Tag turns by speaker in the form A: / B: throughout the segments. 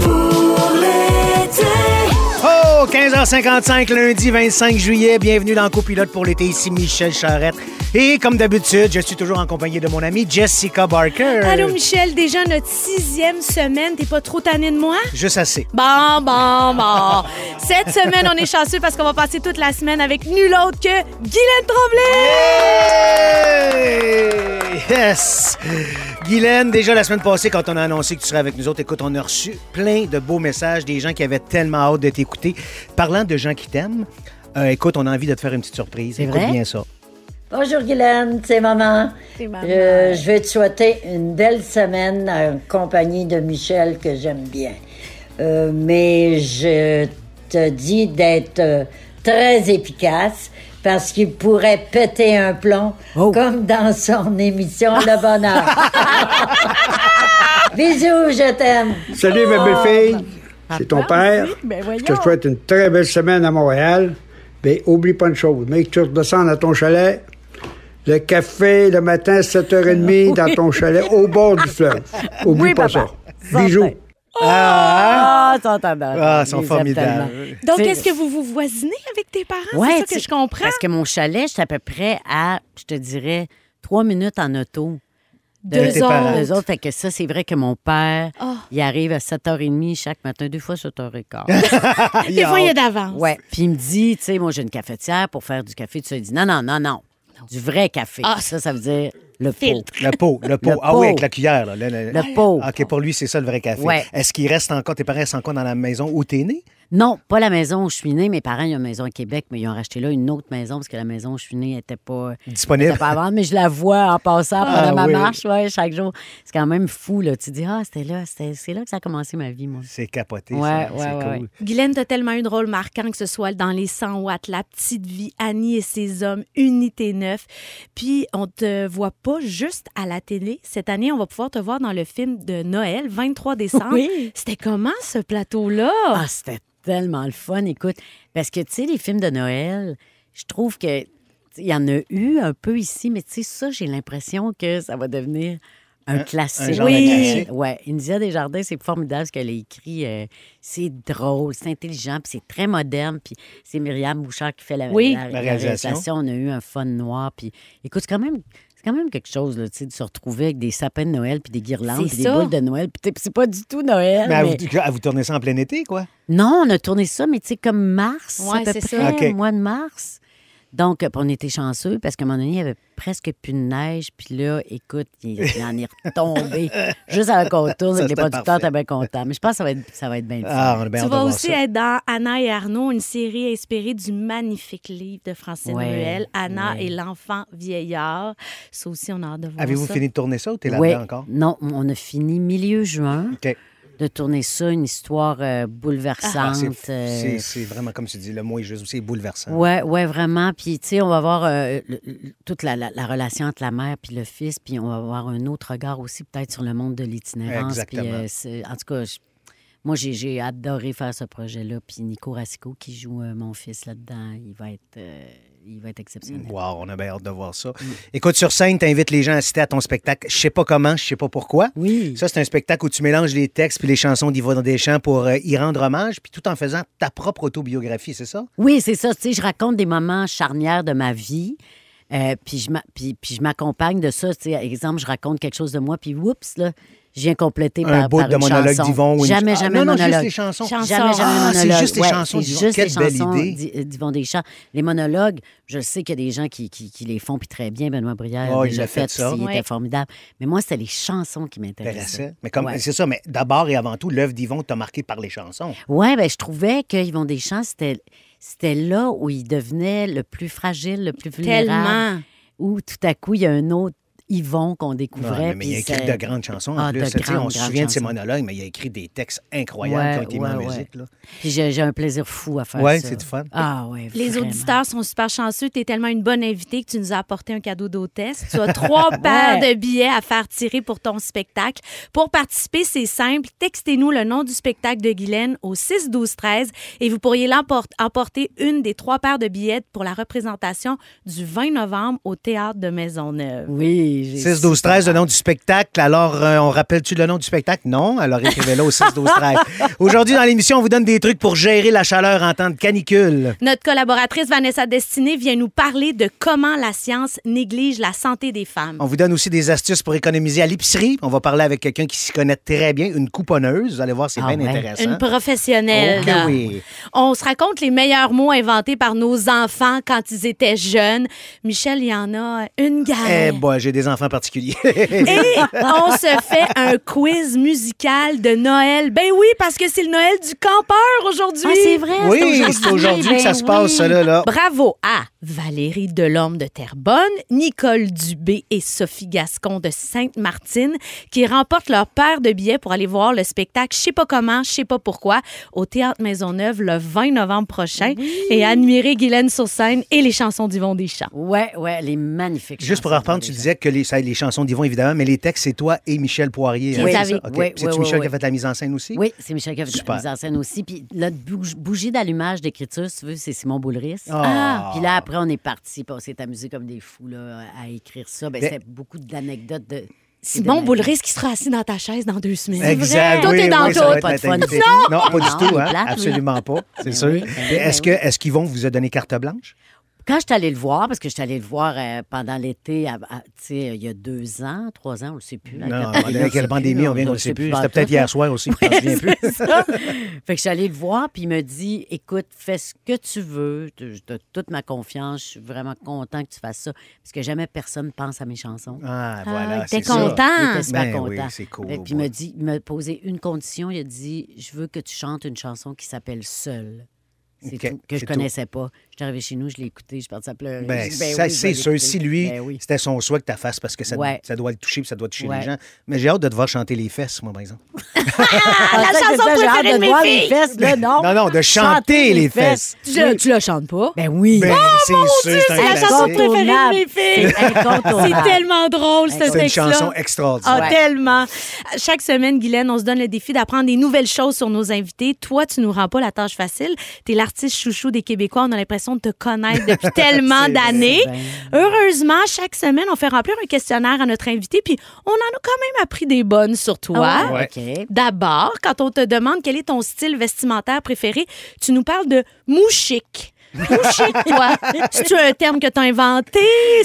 A: Pour l'été.
B: Oh, 15h55, lundi 25 juillet. Bienvenue dans Copilote pour l'été. Ici Michel Charrette. Et comme d'habitude, je suis toujours en compagnie de mon amie Jessica Barker.
C: Allô, Michel, déjà notre sixième semaine. T'es pas trop tanné de moi?
B: Juste assez.
C: Bon, bon, bon. Cette semaine, on est chanceux parce qu'on va passer toute la semaine avec nul autre que Guylaine Tremblay!
B: Hey! Yes! Guylaine, déjà la semaine passée, quand on a annoncé que tu serais avec nous autres, écoute, on a reçu plein de beaux messages des gens qui avaient tellement hâte de t'écouter. Parlant de gens qui t'aiment, euh, écoute, on a envie de te faire une petite surprise. Écoute
D: vrai?
B: bien ça.
D: Bonjour Guylaine, c'est maman.
C: C'est maman.
D: Euh, je vais te souhaiter une belle semaine en compagnie de Michel que j'aime bien. Euh, mais je te dis d'être euh, très efficace parce qu'il pourrait péter un plomb
E: Oh.
D: comme dans son émission Le Bonheur. Bisous, je t'aime.
F: Salut, ma belle-fille. C'est ton père.
C: Ben voyons.
F: Je te souhaite une très belle semaine à Montréal. Mais oublie pas une chose. Mec, tu redescends à ton chalet. Le café le matin, 7h30, dans ton chalet, au bord du fleuve. Oublie
E: Oui,
F: pas
E: papa.
F: ça. Bisous.
E: Ah, ils sont formidables.
B: Ah, ils sont
E: Je les aime
B: formidables.
E: tellement.
C: Donc,
E: C'est-
C: est-ce que vous vous voisinez avec tes parents?
E: Ouais,
C: c'est ça
E: tu-
C: que je comprends.
E: Parce que mon chalet, je suis à peu près à, je te dirais, trois minutes en auto.
C: Deux
B: tes parents.
C: autres.
E: Deux autres, fait que ça, c'est vrai que mon père,
C: Ah.
E: il arrive à 7h30 chaque matin, deux fois 7h15.
C: Ah, Des fois, il y a d'avance.
E: ouais. Puis il me dit, tu sais, moi, j'ai une cafetière pour faire du café. Tu sais, il dit, non, non, non, non. Du vrai café.
C: Ah.
E: Ça, ça veut dire le pot.
C: Filtre.
B: Le pot, le pot.
E: Le
B: ah oui,
E: pot.
B: avec la cuillère. Là. Le, le- Ah,
E: Le pot.
B: OK, pour lui, c'est ça le vrai café.
E: Ouais.
B: Est-ce qu'il reste encore, tes parents restent encore dans la maison où t'es né?
E: Non, pas la maison où je suis née. Mes parents, ils ont une maison à Québec, mais ils ont racheté là une autre maison parce que la maison où je suis née n'était pas,
B: Disponible.
E: était pas à vendre. Mais je la vois en passant pendant
B: Ah
E: ma
B: oui.
E: marche, ouais, chaque jour. C'est quand même fou, là. Tu dis, ah, c'était là, c'était- c'est là que ça a commencé ma vie, moi.
B: C'est capoté.
E: Ouais,
B: ça.
E: ouais,
B: c'est
E: ouais,
B: cool.
C: Guylaine, t'as tellement eu de rôles marquants, que ce soit dans Les 100 watts, La Petite Vie, Annie et ses hommes, Unité 9. Puis, on te voit pas juste à la télé. Cette année, on va pouvoir te voir dans le film de Noël, 23 décembre.
E: Oui.
C: C'était comment, ce plateau-là?
E: Ah, c'était tellement le fun, écoute. Parce que, tu sais, les films de Noël, je trouve que tu sais, il y en a eu un peu ici, mais tu sais, ça, j'ai l'impression que ça va devenir un, classique.
B: Hein? genre de Oui. classique.
E: Ouais. India Desjardins, c'est formidable ce qu'elle a écrit. euh, c'est drôle, c'est intelligent, puis c'est très moderne. Puis c'est Myriam Bouchard qui fait la,
C: Oui.
E: la-
B: La
E: la
B: réalisation.
E: réalisation. On a eu un fun noir. Puis écoute, c'est quand même. C'est quand même quelque chose là, tu sais, de se retrouver avec des sapins de Noël, puis des guirlandes,
C: C'est
E: puis des
C: ça.
E: boules de Noël. Puis t'sais, c'est pas du tout Noël.
B: Mais à
E: mais-
B: vous, à vous tourner ça en plein été, quoi.
E: non, on a tourné ça, mais tu sais, comme mars,
C: Ouais,
E: à peu
C: c'est ça.
E: près,
B: OK.
E: mois de mars. Donc, euh, on était chanceux parce qu'à un moment donné, il y avait presque plus de neige. Puis là, écoute, il, il en est retombé juste avant qu'on tourne.
B: Ça,
E: les
B: c'était
E: producteurs
B: parfait.
E: étaient bien contents. Mais je pense que ça va être, ça va être bien le fun.
B: Ah, on est bien
C: Tu
B: hâte de
C: vas
B: voir
C: aussi
B: ça.
C: être dans Anna et Arnaud, une série inspirée du magnifique livre de Francine
E: Ouais,
C: Ruel, Anna
E: ouais.
C: et l'enfant vieillard. Ça aussi, on a hâte de voir
B: Avez-vous
C: ça.
B: fini de tourner ça ou t'es là-dedans
E: Ouais.
B: encore?
E: Non, on a fini milieu juin
B: OK.
E: de tourner ça, une histoire euh,
B: Ah,
E: bouleversante.
B: c'est-
E: euh,
B: c'est c'est vraiment, comme tu dis, le mot est juste aussi bouleversant.
E: Ouais, ouais, vraiment. Puis, tu sais, on va voir euh, le- le- toute la, la- la relation entre la mère puis le fils, puis on va avoir un autre regard aussi peut-être sur le monde de l'itinérance.
B: Exactement.
E: Puis, euh, c'est- en tout cas, je- moi, j'ai, j'ai adoré faire ce projet-là. Puis Nico Racicot, qui joue euh, mon fils là-dedans, il va être, euh, il va être exceptionnel.
B: Wow, on a bien hâte de voir ça. Écoute, sur scène, t'invites les gens à assister à ton spectacle. Je sais pas comment, je sais pas pourquoi.
E: Oui.
B: Ça, c'est un spectacle où tu mélanges les textes puis les chansons d'Yvonne Deschamps pour euh, y rendre hommage, puis tout en faisant ta propre autobiographie, c'est ça?
E: Oui, c'est ça. Tu sais, je raconte des moments charnières de ma vie. euh, puis je m'a- puis- puis je m'accompagne de ça. Tu sais, exemple, je raconte quelque chose de moi, puis oups, là, je viens compléter
B: Un
E: par,
B: bout
E: par
B: de
E: une
B: monologue
E: chanson.
B: d'Yvon ou une-
E: Jamais,
B: Ah,
E: jamais
B: non,
E: un
B: non, juste
E: monologue.
B: les chansons.
C: Chansons.
E: Jamais, jamais
B: Ah,
E: un
B: c'est
E: monologue.
B: juste les chansons
E: c'est
B: d'Yvon.
E: juste
B: Quelle
E: les
B: belle
E: chansons
B: idée.
E: d'Y- d'Yvon Deschamps. Les monologues, je sais qu'il y a des gens qui, qui, qui les font, puis très bien. Benoît Brière
B: Oh,
E: a
B: il
E: déjà
B: a fait
E: fait,
B: ça.
E: Il
C: Ouais.
E: était formidable. Mais moi, c'était les chansons qui
B: Intéressant.
E: m'intéressaient.
B: Mais comme,
E: Ouais.
B: c'est ça, mais d'abord et avant tout, l'œuvre d'Yvon t'a marqué par les chansons.
E: Oui, ben, je trouvais que Yvon Deschamps, c'était, c'était là où il devenait le plus fragile, le plus vulnérable.
C: Tellement.
E: Où tout à coup, il y a un autre Yvon qu'on
B: Ouais,
E: découvrait.
B: mais- mais il a
E: puis
B: écrit
E: c'est-
B: de grandes chansons en
E: Ah,
B: plus.
E: de
B: Tu sais, on
E: grandes,
B: se
E: grandes
B: souvient de ses
E: chansons.
B: monologues, mais il a écrit des textes incroyables qui ont été mis en
E: ouais,
B: musique.
E: ouais.
B: là.
E: Puis j'ai j'ai un plaisir fou à faire
B: Ouais,
E: ça.
B: c'est du fun.
E: Ah ouais,
C: Les
E: vraiment.
C: auditeurs sont super chanceux. Tu es tellement une bonne invitée que tu nous as apporté un cadeau d'hôtesse. Tu as trois paires de billets à faire tirer pour ton spectacle. Pour participer, c'est simple. Textez-nous le nom du spectacle de Guylaine au 6 12 13 et vous pourriez l'empor- emporter une des trois paires de billets pour la représentation du 20 novembre au Théâtre de Maisonneuve.
E: Oui, j'ai
B: 6, 12, 13, le nom du spectacle. Alors, euh, on rappelle-tu le nom du spectacle? Non. Alors, écrivez-le au 6, 12, 13. Aujourd'hui, dans l'émission, on vous donne des trucs pour gérer la chaleur en temps de canicule.
C: Notre collaboratrice Vanessa Destinée vient nous parler de comment la science néglige la santé des femmes.
B: On vous donne aussi des astuces pour économiser à l'épicerie. On va parler avec quelqu'un qui s'y connaît très bien, une couponneuse. Vous allez voir, c'est
E: Ah
B: bien
E: ouais.
B: intéressant.
C: Une professionnelle.
B: Oh que hein? oui.
C: On se raconte les meilleurs mots inventés par nos enfants quand ils étaient jeunes. Michel, il y en a une
B: Eh
C: galère.
B: boy, j'ai des enfants particuliers.
C: Et on se fait un quiz musical de Noël. Ben oui, parce que c'est le Noël du campeur aujourd'hui.
E: Ah, c'est Ben vrai,
B: oui, c'est aujourd'hui que ça
C: ben
B: se passe, ça, là. là.
C: Bravo à Valérie Delorme de Terrebonne, Nicole Dubé et Sophie Gascon de Sainte-Martine qui remportent leur paire de billets pour aller voir le spectacle Je sais pas comment, je sais pas pourquoi au Théâtre Maisonneuve le 20 novembre prochain et admirer Guylaine sur scène et les chansons d'Yvon Deschamps.
E: Ouais, ouais, les magnifiques.
B: Juste pour
E: chansons
B: reprendre,
E: de
B: tu
E: Valérie.
B: disais que les, ça, les chansons d'Yvon, évidemment, mais les textes, c'est toi et Michel Poirier.
C: Qui
B: hein,
C: les
B: c'est
C: avait.
B: ça? OK.
E: Oui,
B: C'est-tu
E: oui,
B: Michel
E: oui,
B: qui a
E: oui.
B: fait la mise en scène aussi?
E: Oui, c'est Michel qui a fait
B: Super.
E: la mise en scène aussi. Puis là, Bouge- Bougie d'allumage des d'écriture, si tu veux, c'est Simon Boulris.
B: Ah.
E: Puis là, après, on est parti. Puis on s'est amusé comme des fous là, à écrire ça. Ben,
B: Ben-
E: c'était beaucoup d'anecdotes de.
C: Simon
E: de-
C: Boulris qui sera assis dans ta chaise dans deux semaines.
B: Exact.
C: Toi,
B: oui,
C: t'es dans
B: oui, ça
C: tout.
B: va être
E: Pas de fun.
B: l'intégrité.
E: Non!
B: Non, pas
E: Non,
B: du tout,
E: il est
B: hein?
E: plate, lui.
B: Absolument pas, c'est
E: Ben
B: sûr.
E: oui, ben
B: Puis
E: oui,
B: Est-ce que
E: ben
B: est-ce qu'Yvon vous a donné carte blanche?
E: Quand je suis allée le voir, parce que je suis allée le voir euh, pendant l'été, à- à- tu sais, il y a deux ans, trois ans, on le sait Ben, plus. là,
B: Non,
E: quand-
B: on a
E: on
B: quelle
E: le
B: pandémie,
E: sait
B: on vient, on
E: le
B: ne sait
E: sait
B: plus.
E: pas
B: C'était
E: tout,
B: peut-être
E: là.
B: hier soir aussi, je m'en souviens plus.
E: C'est ça. fait que je suis allée le voir, puis il me dit Écoute, fais ce que tu veux, tu as toute ma confiance, je suis vraiment content que tu fasses ça, parce que jamais personne pense à mes chansons.
B: Ah,
C: Ah,
B: voilà,
C: il
B: c'est
C: était
B: ça.
C: content.
E: Il était super
B: Ben
E: content.
B: oui, c'est cool,
E: Fait que, puis il
B: ouais.
E: m'a dit, il m'a posé une condition. Il a dit, je veux que tu chantes une chanson qui s'appelle Seul. C'est
B: Ok,
E: tout, que
B: c'est
E: je
B: tout.
E: connaissais pas. Je suis arrivée chez nous, je l'ai écoutée, je suis partie à pleurer.
B: Ben,
E: J'ai dit,
B: ça,
E: oui, je
B: c'est
E: vais
B: sûr.
E: l'écouter.
B: Si lui,
E: Ben oui.
B: c'était son souhait que tu fasses parce que ça,
E: Ouais.
B: ça doit le toucher puis ça doit toucher les
E: Ouais.
B: gens. Mais j'ai hâte de te voir chanter les fesses, moi, par exemple.
E: Ah, ça,
C: chanson
E: c'est ça, j'ai hâte
C: préférée de mes
E: voir
C: filles.
E: les fesses, là, non.
B: Non, non, de chanter les fesses.
C: Tu, tu la chantes pas?
E: Ben oui.
B: Ben, c'est sûr, c'est
C: c'est la
B: un
C: chanson
B: classique.
C: préférée de mes filles.
E: C'est incontournable.
C: C'est tellement drôle, ce texte-là.
B: C'est une chanson extraordinaire.
C: Ah, tellement. Chaque semaine, Guylaine, on se donne le défi d'apprendre des nouvelles choses sur nos invités. Toi, tu nous rends pas la tâche facile. Tu es l'artiste chouchou des Québécois. On a l'impression de te connaître depuis tellement
B: C'est
C: d'années. Heureusement, chaque semaine, on fait remplir un questionnaire à notre invité, puis on en a quand même appris des bonnes sur toi.
E: Ah,
B: Ouais.
E: OK.
C: D'abord, quand on te demande quel est ton style vestimentaire préféré, tu nous parles de mouchique. Mouchique, toi. C'est-tu un terme que t'as inventé?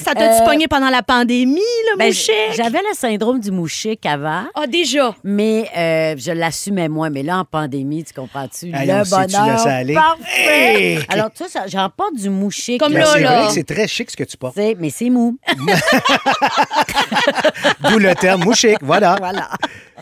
C: Ça t'a-tu pogné pendant la pandémie, le
E: Ben,
C: mouchique?
E: J'avais le syndrome du mouchique avant.
C: Ah, déjà.
E: Mais euh, je l'assumais moins. Mais là, en pandémie, tu comprends-tu?
B: Hey, on
E: le
B: sait-tu
E: bonheur.
B: laisser aller?
E: Parfait!
B: Hey!
E: Alors, tu sais, ça- j'en porte du mouché.
C: Comme
B: Ben,
C: là,
B: c'est
C: là.
B: vrai que c'est très chic ce que tu portes.
E: Mais c'est mou.
B: D'où le terme mouchique, voilà.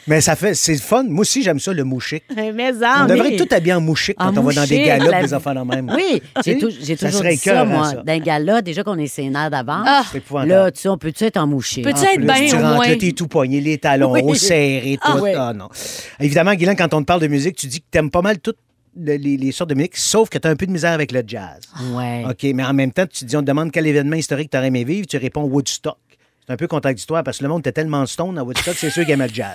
B: Mais ça fait, c'est le fun. Moi aussi, j'aime ça, le mouchique.
C: Mais
B: On
C: en
B: devrait
E: Ah, oui.
B: tout habiller en mouchique
E: En
B: quand on va dans des
E: mouchique,
B: galops
E: la-
B: des enfants dans même.
E: Oui,
B: Tu
E: j'ai
B: sais,
E: tou- j'ai
B: ça
E: toujours
B: serait
E: dit ça,
B: écœurant,
E: moi.
B: ça.
E: D'un gala, déjà qu'on est sénat d'avance.
C: Ah!
B: C'est épouvantable.
E: là, tu sais, on peut-tu être en mouché?
C: Peux-tu
B: En
C: être
B: plus,
C: bien
B: tu
C: au
B: rentres,
C: moins?
B: là, t'es tout poigné, les talons
E: Oui.
B: hauts, serrés, tout.
E: Ah, oui.
B: Ah, non. Évidemment, Guylaine, quand on te parle de musique, tu dis que t'aimes pas mal toutes le- les, les sortes de musique, sauf que t'as un peu de misère avec le jazz.
E: Ah, Ouais.
B: OK, mais en même temps, tu te dis, on te demande quel événement historique t'aurais aimé vivre, tu réponds Woodstock. C'est un peu contradictoire parce que le monde était tellement stone à Woodstock, c'est sûr qu'il aimait le jazz.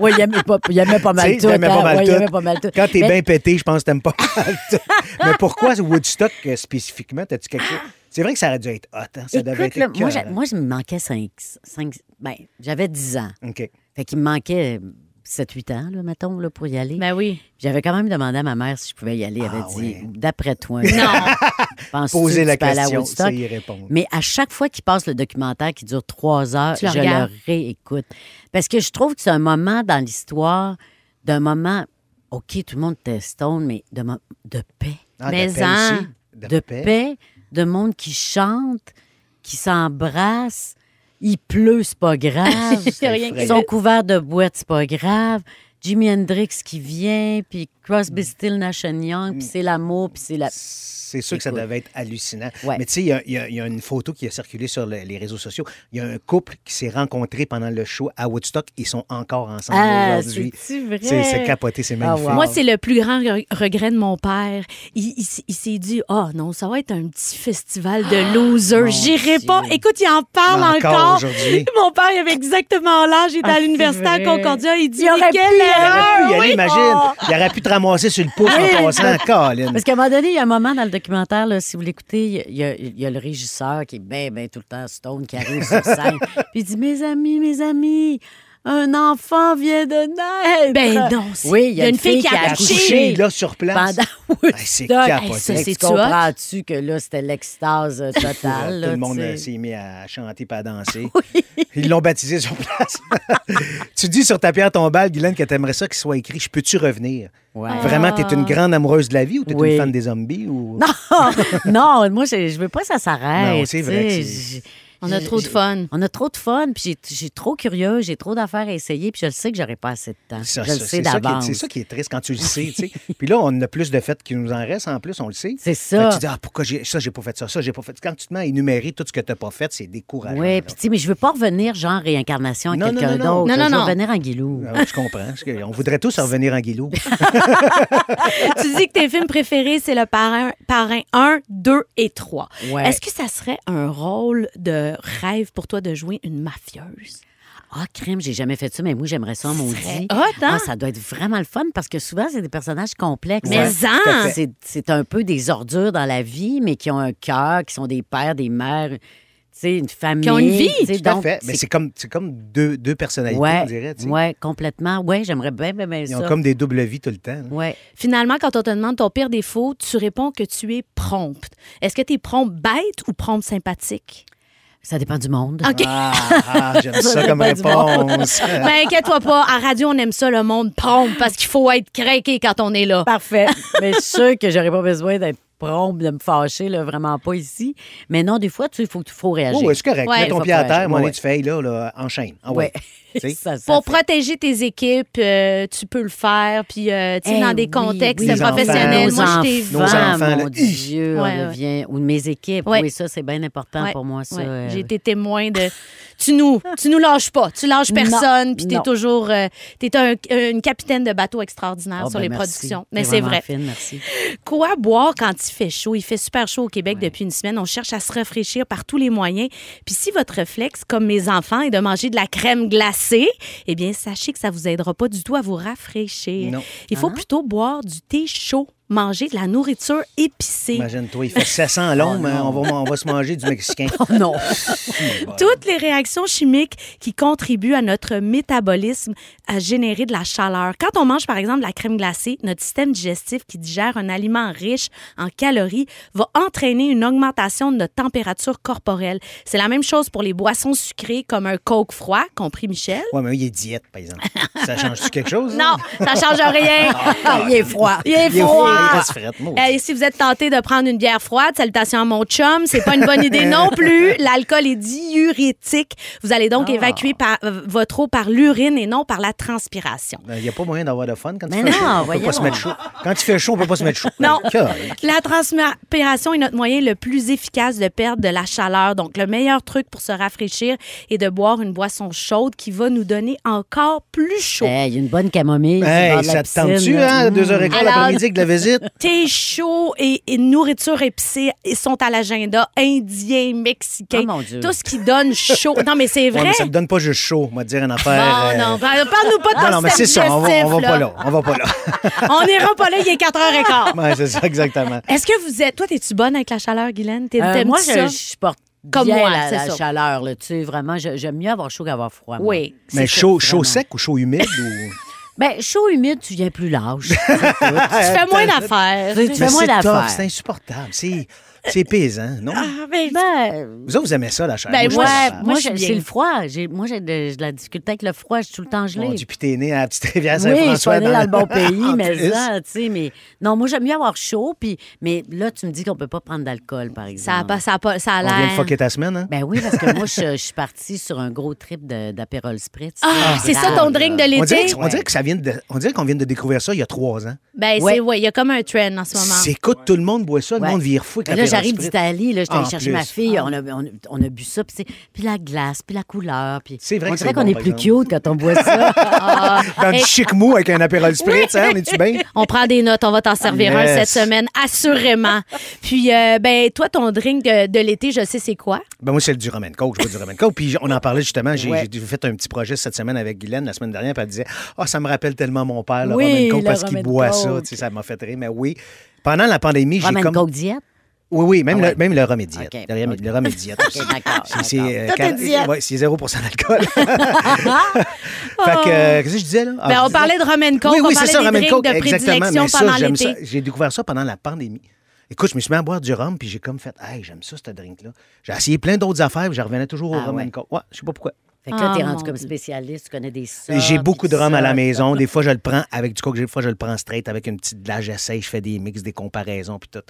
E: Oui, il aimait pas, il aimait pas
B: Tu sais,
E: mal tout.
B: t'aimais pas
E: hein.
B: mal
E: Ouais, il
B: tout.
E: aimait pas mal tout.
B: Quand t'es
E: Mais-
B: bien pété, je pense que t'aimes pas mal tout. Mais pourquoi Woodstock euh, spécifiquement? T'as-tu quelque chose? C'est vrai que ça aurait dû être hot, hein? Ça devait être
E: Écoute, là, moi,
B: écœurant.
E: j'a- moi, je me manquais 5. ben, j'avais 10 ans.
B: OK.
E: Fait qu'il me manquait 7-8 ans, là, mettons, là, pour y aller.
C: Ben oui.
E: J'avais quand même demandé à ma mère si je pouvais y aller. Elle avait
B: Ah
E: dit,
B: ouais.
E: d'après toi, penses
B: Poser la question, ça y répondre.
E: Mais à chaque fois qu'il passe le documentaire qui dure trois heures,
C: Tu
E: je
C: le regardes.
E: le réécoute. Parce que je trouve que c'est un moment dans l'histoire, d'un moment, OK, tout le monde était stone, mais de, mo- de paix.
B: Ah,
C: Mais
B: de paix
C: en-
B: aussi.
E: De, paix. de monde qui chante, qui s'embrasse. Il pleut, c'est pas grave.
C: C'est rien
E: Ils sont couverts de boîtes, c'est pas grave. Jimi Hendrix qui vient, puis Crosby, Still, Nash Young, puis c'est l'amour, puis c'est la...
B: C'est sûr que ça
E: Ah, Écoute.
B: devait être hallucinant.
E: Ouais.
B: Mais tu sais, il y a- il y, a- il y a une photo qui a circulé sur le- les réseaux sociaux. Il y a un couple qui s'est rencontré pendant le show à Woodstock. Ils sont encore ensemble
E: Ah,
B: aujourd'hui.
E: c'est-tu vrai?
B: C'est c'est capoté, c'est
E: Ah,
B: magnifique.
E: wow.
C: Moi, c'est le plus grand re- regret de mon père. Il, il s- il s'est dit, oh non, ça va être un petit festival de losers. J'irai
E: Dieu.
C: pas. Écoute, il en parle
B: Encore
C: encore.
B: aujourd'hui.
C: Mon père, il avait exactement l'âge. Il était
E: Ah,
C: à
E: c'est
C: l'université à
E: vrai.
C: Concordia. Il dit,
E: Il aurait
C: quelle
E: pu, il
C: erreur!
B: Il aurait pu y aller,
C: Ah Oui.
B: imagine.
C: Oh.
B: Il aurait pu te ramasser sur le pouce en passant. Colin.
E: Parce qu'à un moment donné, il y a un moment dans le documentaire, là, si vous l'écoutez, il y, a- il y a le régisseur qui est bien, bien tout le temps stone, qui arrive sur scène. puis il dit Mes amis, mes amis, un enfant vient de naître.
C: Ben non, c'est-
E: Oui, il y a une, fille, qui
C: accouché.
E: a accouché.
B: Couché, là, sur place.
E: Pendant
B: Ah, c'est capoté.
C: Hey, ça,
E: Fait que
C: c'est
E: tu comprends-tu que là, c'était l'extase euh, totale?
B: Tout
E: là,
B: le monde
E: tu
B: euh,
E: sais.
B: s'est mis à chanter pas à danser. Ils l'ont baptisé sur place. tu dis sur ta pierre tombale, Guylaine, que t'aimerais ça qu'il soit écrit Je peux-tu revenir
E: Ouais. Ah.
B: Vraiment, t'es une grande amoureuse de la vie ou t'es
E: Oui.
B: une fan des zombies ou...
E: non, moi, je, je veux pas que ça s'arrête.
B: Non, c'est vrai
E: tu
B: que
E: sais.
B: c'est-
E: Je-
C: On a
E: je-
C: trop de
E: je-
C: fun.
E: On a trop de fun, puis j'ai- j'ai trop curieux, j'ai trop d'affaires à essayer, puis je le sais que j'aurai pas assez de temps.
B: Ça,
E: je le
B: ça,
E: sais
B: c'est ça qui est-
E: d'avance.
B: C'est ça qui est triste quand tu le sais. tu sais. Puis là, on a plus de fêtes qui nous en restent en plus, on le sait.
E: C'est
B: Fait que
E: ça.
B: tu dis, ah, pourquoi j'ai ça, j'ai pas fait ça, ça, j'ai pas fait. Quand tu te mets à énumérer tout ce que t'as pas fait, c'est décourageant.
E: Oui,
B: là.
E: puis tu sais, mais je veux pas revenir genre réincarnation à
B: Non, non, non,
E: quelqu'un
B: non.
C: Non,
E: d'autre.
C: non,
E: Je veux
C: non.
E: revenir en guilou.
B: Ah, je comprends. parce que On voudrait tous revenir en guilou.
C: tu dis que tes films préférés, c'est le parrain, parrain 1, 2 et 3.
E: Ouais.
C: Est-ce que ça serait un rôle de rêve pour toi de jouer une mafieuse?
E: Ah, crème, j'ai jamais fait ça, mais moi, j'aimerais ça, mon dit.
C: hot, hein?
E: Ah, ça doit être vraiment le fun parce que souvent, c'est des personnages complexes.
C: Mais
E: hein.
C: en!
B: tout à fait.
E: C'est- C'est un peu des ordures dans la vie, mais qui ont un cœur, qui sont des pères, des mères, tu sais, une famille.
C: Qui ont une vie,
E: tu sais,
B: Tout à
E: donc,
B: fait. Mais c'est comme, c'est comme deux, deux personnalités, on dirait.
E: ouais,
B: tu sais.
E: ouais, complètement. Ouais, j'aimerais bien, bien, bien
B: Ils
E: ça.
B: ont comme des doubles vies tout le temps. hein. là.
E: Ouais.
C: Finalement, quand on te demande ton pire défaut, tu réponds que tu es prompte. Est-ce que tu es prompte bête ou prompte sympathique?
E: Ça dépend du monde.
C: OK.
B: Ah, ah, j'aime ça
E: dépend
B: comme
E: du monde.
B: réponse.
C: Ben, inquiète-toi pas. À radio, on aime ça, le monde prompt, parce qu'il faut être craqué quand on est là.
E: Parfait. Mais je suis sûre que j'aurais pas besoin d'être prompt, de me fâcher, là, vraiment pas ici. Mais non, des fois, tu sais, il faut, faut réagir.
B: Oh, ouais, c'est correct.
C: Ouais.
B: Mets ton
E: Faut
B: pied à
E: pas-
B: terre, mon
E: ouais.
B: nez, tu fais, hey, là, là, enchaîne. Ah ouais. Tu sais?
E: Ça- ça
C: Pour
E: fait-
C: protéger tes équipes, euh, tu peux le faire. Puis, euh, tu sais,
E: Eh
C: dans des
E: oui,
C: contextes
E: oui.
B: Les
C: professionnels,
B: enfants,
C: moi, je t'ai
E: t'ai
C: vu.
B: Nos enfants,
E: mon
B: là.
E: Dieu,
C: Ouais, ouais.
E: on devient... Ou de mes équipes.
C: Ouais.
E: Oui, ça, c'est bien important
C: Ouais,
E: pour moi, ça.
C: ouais.
E: euh,
C: J'ai été témoin de. Tu nous, tu nous lâches pas. Tu lâches
E: Non,
C: personne. Puis t'es
E: non.
C: toujours. euh, t'es un, une capitaine de bateau extraordinaire
E: ah,
C: sur
E: ben,
C: les
E: merci.
C: productions. Mais
E: T'es
C: c'est
E: vraiment
C: vrai.
E: fine, merci.
C: Quoi boire quand il fait chaud? Il fait super chaud au Québec depuis une semaine. On cherche à se rafraîchir par tous les moyens. Puis si votre réflexe, comme mes enfants, est de manger de la crème glacée, eh bien, sachez que ça vous aidera pas du tout à vous rafraîchir.
B: Non.
C: Il faut plutôt boire du thé chaud, manger de la nourriture épicée.
B: Imagine-toi, il fait 700 à l'ombre, hein, on, va, on va se manger du Mexicain.
E: Oh non!
C: Toutes les réactions chimiques qui contribuent à notre métabolisme à générer de la chaleur. Quand on mange, par exemple, de la crème glacée, notre système digestif qui digère un aliment riche en calories va entraîner une augmentation de notre température corporelle. C'est la même chose pour les boissons sucrées comme un coke froid, compris Michel?
B: Ouais, mais il est diète, par exemple. Ça change-tu quelque chose?
C: Non, ça change rien.
E: Ah, il est froid.
C: Il est
B: Il est
C: froid.
B: il reste frette, maudit.
C: Euh, si vous êtes tenté de prendre une bière froide, salutations à mon chum, c'est pas une bonne idée non plus. L'alcool est diurétique. Vous allez donc évacuer par, euh, votre eau par l'urine et non par la transpiration.
B: Ben, Il n'y a pas moyen d'avoir de fun quand
E: Mais
B: il fait
E: non,
B: chaud. On peut
E: voyons.
B: pas se mettre chaud. Quand il fait chaud, on peut pas se mettre chaud.
C: Non.
B: Correct.
C: La transpiration est notre moyen le plus efficace de perdre de la chaleur. Donc, le meilleur truc pour se rafraîchir est de boire une boisson chaude qui va nous donner encore plus chaud.
E: Hey, il y a une bonne camomille. sur le bord
B: Hey,
E: de la
B: ça te tente-tu,
E: piscine, là.
B: hein, deux heures et quart
C: Alors-
B: l'après-midi avec de la visite?
C: Thé chaud et, et nourriture épicée ils sont à l'agenda indien, mexicain.
E: Ah, mon Dieu.
C: Tout ce qui donne chaud. Non, mais c'est
B: Ouais,
C: vrai.
B: mais ça te donne pas juste chaud, on va te dire une affaire.
C: Bon,
B: euh,
C: Ah, non, par- parle-nous pas de
B: non,
C: ton
B: non, mais c'est ça, on va,
C: digestif,
B: on va pas
C: là.
B: là. On va pas là.
C: On ira pas là, il est 4h15.
B: ouais, c'est ça, exactement.
C: Est-ce que vous êtes... Toi, es-tu bonne avec la chaleur, Guylaine? T'es-
E: Euh,
C: T'aimes-tu
E: moi,
C: ça?
E: je, je supporte
C: Comme
E: bien
C: moi,
E: la,
C: c'est
E: la
C: ça.
E: chaleur. Là, tu sais, vraiment, je- j'aime mieux avoir chaud qu'avoir froid. moi.
C: Oui. c'est
B: Mais
C: ça.
B: chaud, chaud
E: vraiment.
B: sec ou chaud humide? ou...
E: Ben, chaud, humide, tu viens plus lâche.
C: Tu fais moins d'affaires.
E: tu sais, tu
B: Mais
E: fais moins
B: c'est tough,
E: d'affaires.
B: C'est insupportable. C'est C'est pesant, non?
C: Ah, ben,
E: Ben,
B: Vous autres, vous aimez ça, la chair? Ah,
C: Ben,
B: je
C: moi,
E: ouais,
B: trouve ça
C: je-
B: rare.
E: moi,
C: je suis
E: j'ai
C: bien.
E: j'ai le froid. J'ai- Moi, j'ai de, j'ai de la difficulté avec le froid. Je suis tout le temps gelée.
B: Mon Dieu, puis t'es né à la petite rivière
E: Oui, je suis
B: Saint-François.
E: pas née dans le bon
B: En
E: pays, mais
B: plus.
E: ça, tu sais, mais... Non, moi, j'aime mieux avoir chaud, puis... Mais là, tu me dis qu'on peut pas prendre d'alcool, par
C: Ça a,
E: exemple.
C: pas, ça a, pas, ça a
B: On vient de
C: l'air.
B: fucker ta semaine, hein?
E: Ben oui, parce que moi, je je suis partie sur un gros trip de- d'apérol spritz.
C: Ah, c'est ça ton drink de
B: on, dirait,
C: l'été?
B: que- on dirait que ça vient de, on dirait qu'on vient de découvrir ça il y a trois ans.
C: Ben,
E: Ouais.
C: c'est, ouais, il y a comme un trend en ce moment.
B: S'écoute, tout le monde boit ça, le
E: Ouais.
B: monde vire fou. avec
E: Mais Là,
B: l'apéro
E: j'arrive
B: spritz.
E: d'Italie, là, j'étais
B: En
E: allée chercher ma
B: plus. Ah.
E: fille, on, a, on, a- on a bu ça, puis c'est- puis la glace, puis la couleur, puis
B: C'est vrai
E: on
B: que
E: dirait
B: c'est
E: qu'on
B: bon,
E: est
B: par
E: plus
B: exemple.
E: cute quand on boit ça.
C: Ah,
B: Dans du
C: hey,
B: chic mou avec un apérol spritz, hein? On est-tu bien?
C: on prend des notes, on va t'en servir un
B: Yes.
C: cette semaine, assurément. Puis, euh, ben, toi, ton drink de, de l'été, je sais c'est quoi.
B: Ben moi, c'est le du Roman Coke. Je bois du Roman Coke. Puis on en parlait justement. J'ai
E: Ouais.
B: j'ai fait un petit projet cette semaine avec Guylaine la semaine dernière. Puis elle disait Ah, ça me rappelle tellement mon père, le
E: Oui,
B: Roman Coke,
E: le
B: parce qu'il
E: Roman
B: boit ça.
E: Coke.
B: Tu sais, ça m'a fait rire. Mais oui. Pendant la pandémie, j'ai
E: Roman
B: comme.
E: Coke diète.
B: Oui, oui, même,
E: Ah ouais.
B: le, même le rhum est diète.
E: Ok.
B: Le rhum-
E: Ok.
B: le rhum est diète aussi.
E: Ok, d'accord,
B: C'est- C'est
E: d'accord.
B: euh,
E: Tout est
B: quarante-
E: diète.
B: ouais, c'est 0 d'alcool. fait que, euh, qu'est-ce que je disais, là? Ah,
C: Ben,
B: je
C: on
B: disais-
C: parlait de Roman Coke,
B: Oui,
C: on
B: oui, c'est
C: parlait
B: ça,
C: des
B: Roman
C: drinks
B: Coke.
C: de
B: Exactement.
C: prédilection
B: Mais ça,
C: pendant
B: j'aime
C: l'été.
B: ça. J'ai découvert ça pendant la pandémie. Écoute, je me suis mis à boire du rhum, puis j'ai comme fait, hey, j'aime ça, ce drink-là. J'ai essayé plein d'autres affaires, puis je revenais toujours au
E: Ah
B: Roman
E: ouais.
B: Coke. Ouais, je sais pas pourquoi.
E: Fait que là, t'es
C: Ah,
E: rendu
C: mon
E: comme
C: Dieu.
E: spécialiste, tu connais des sortes.
B: Et J'ai beaucoup
E: Ah, puis
B: de
E: tout
B: rhum à
E: ça.
B: la maison. Des fois, je le prends avec du coke. Des fois, je le prends straight avec une petite glace. J'essaye, je fais des mix, des comparaisons, puis tout.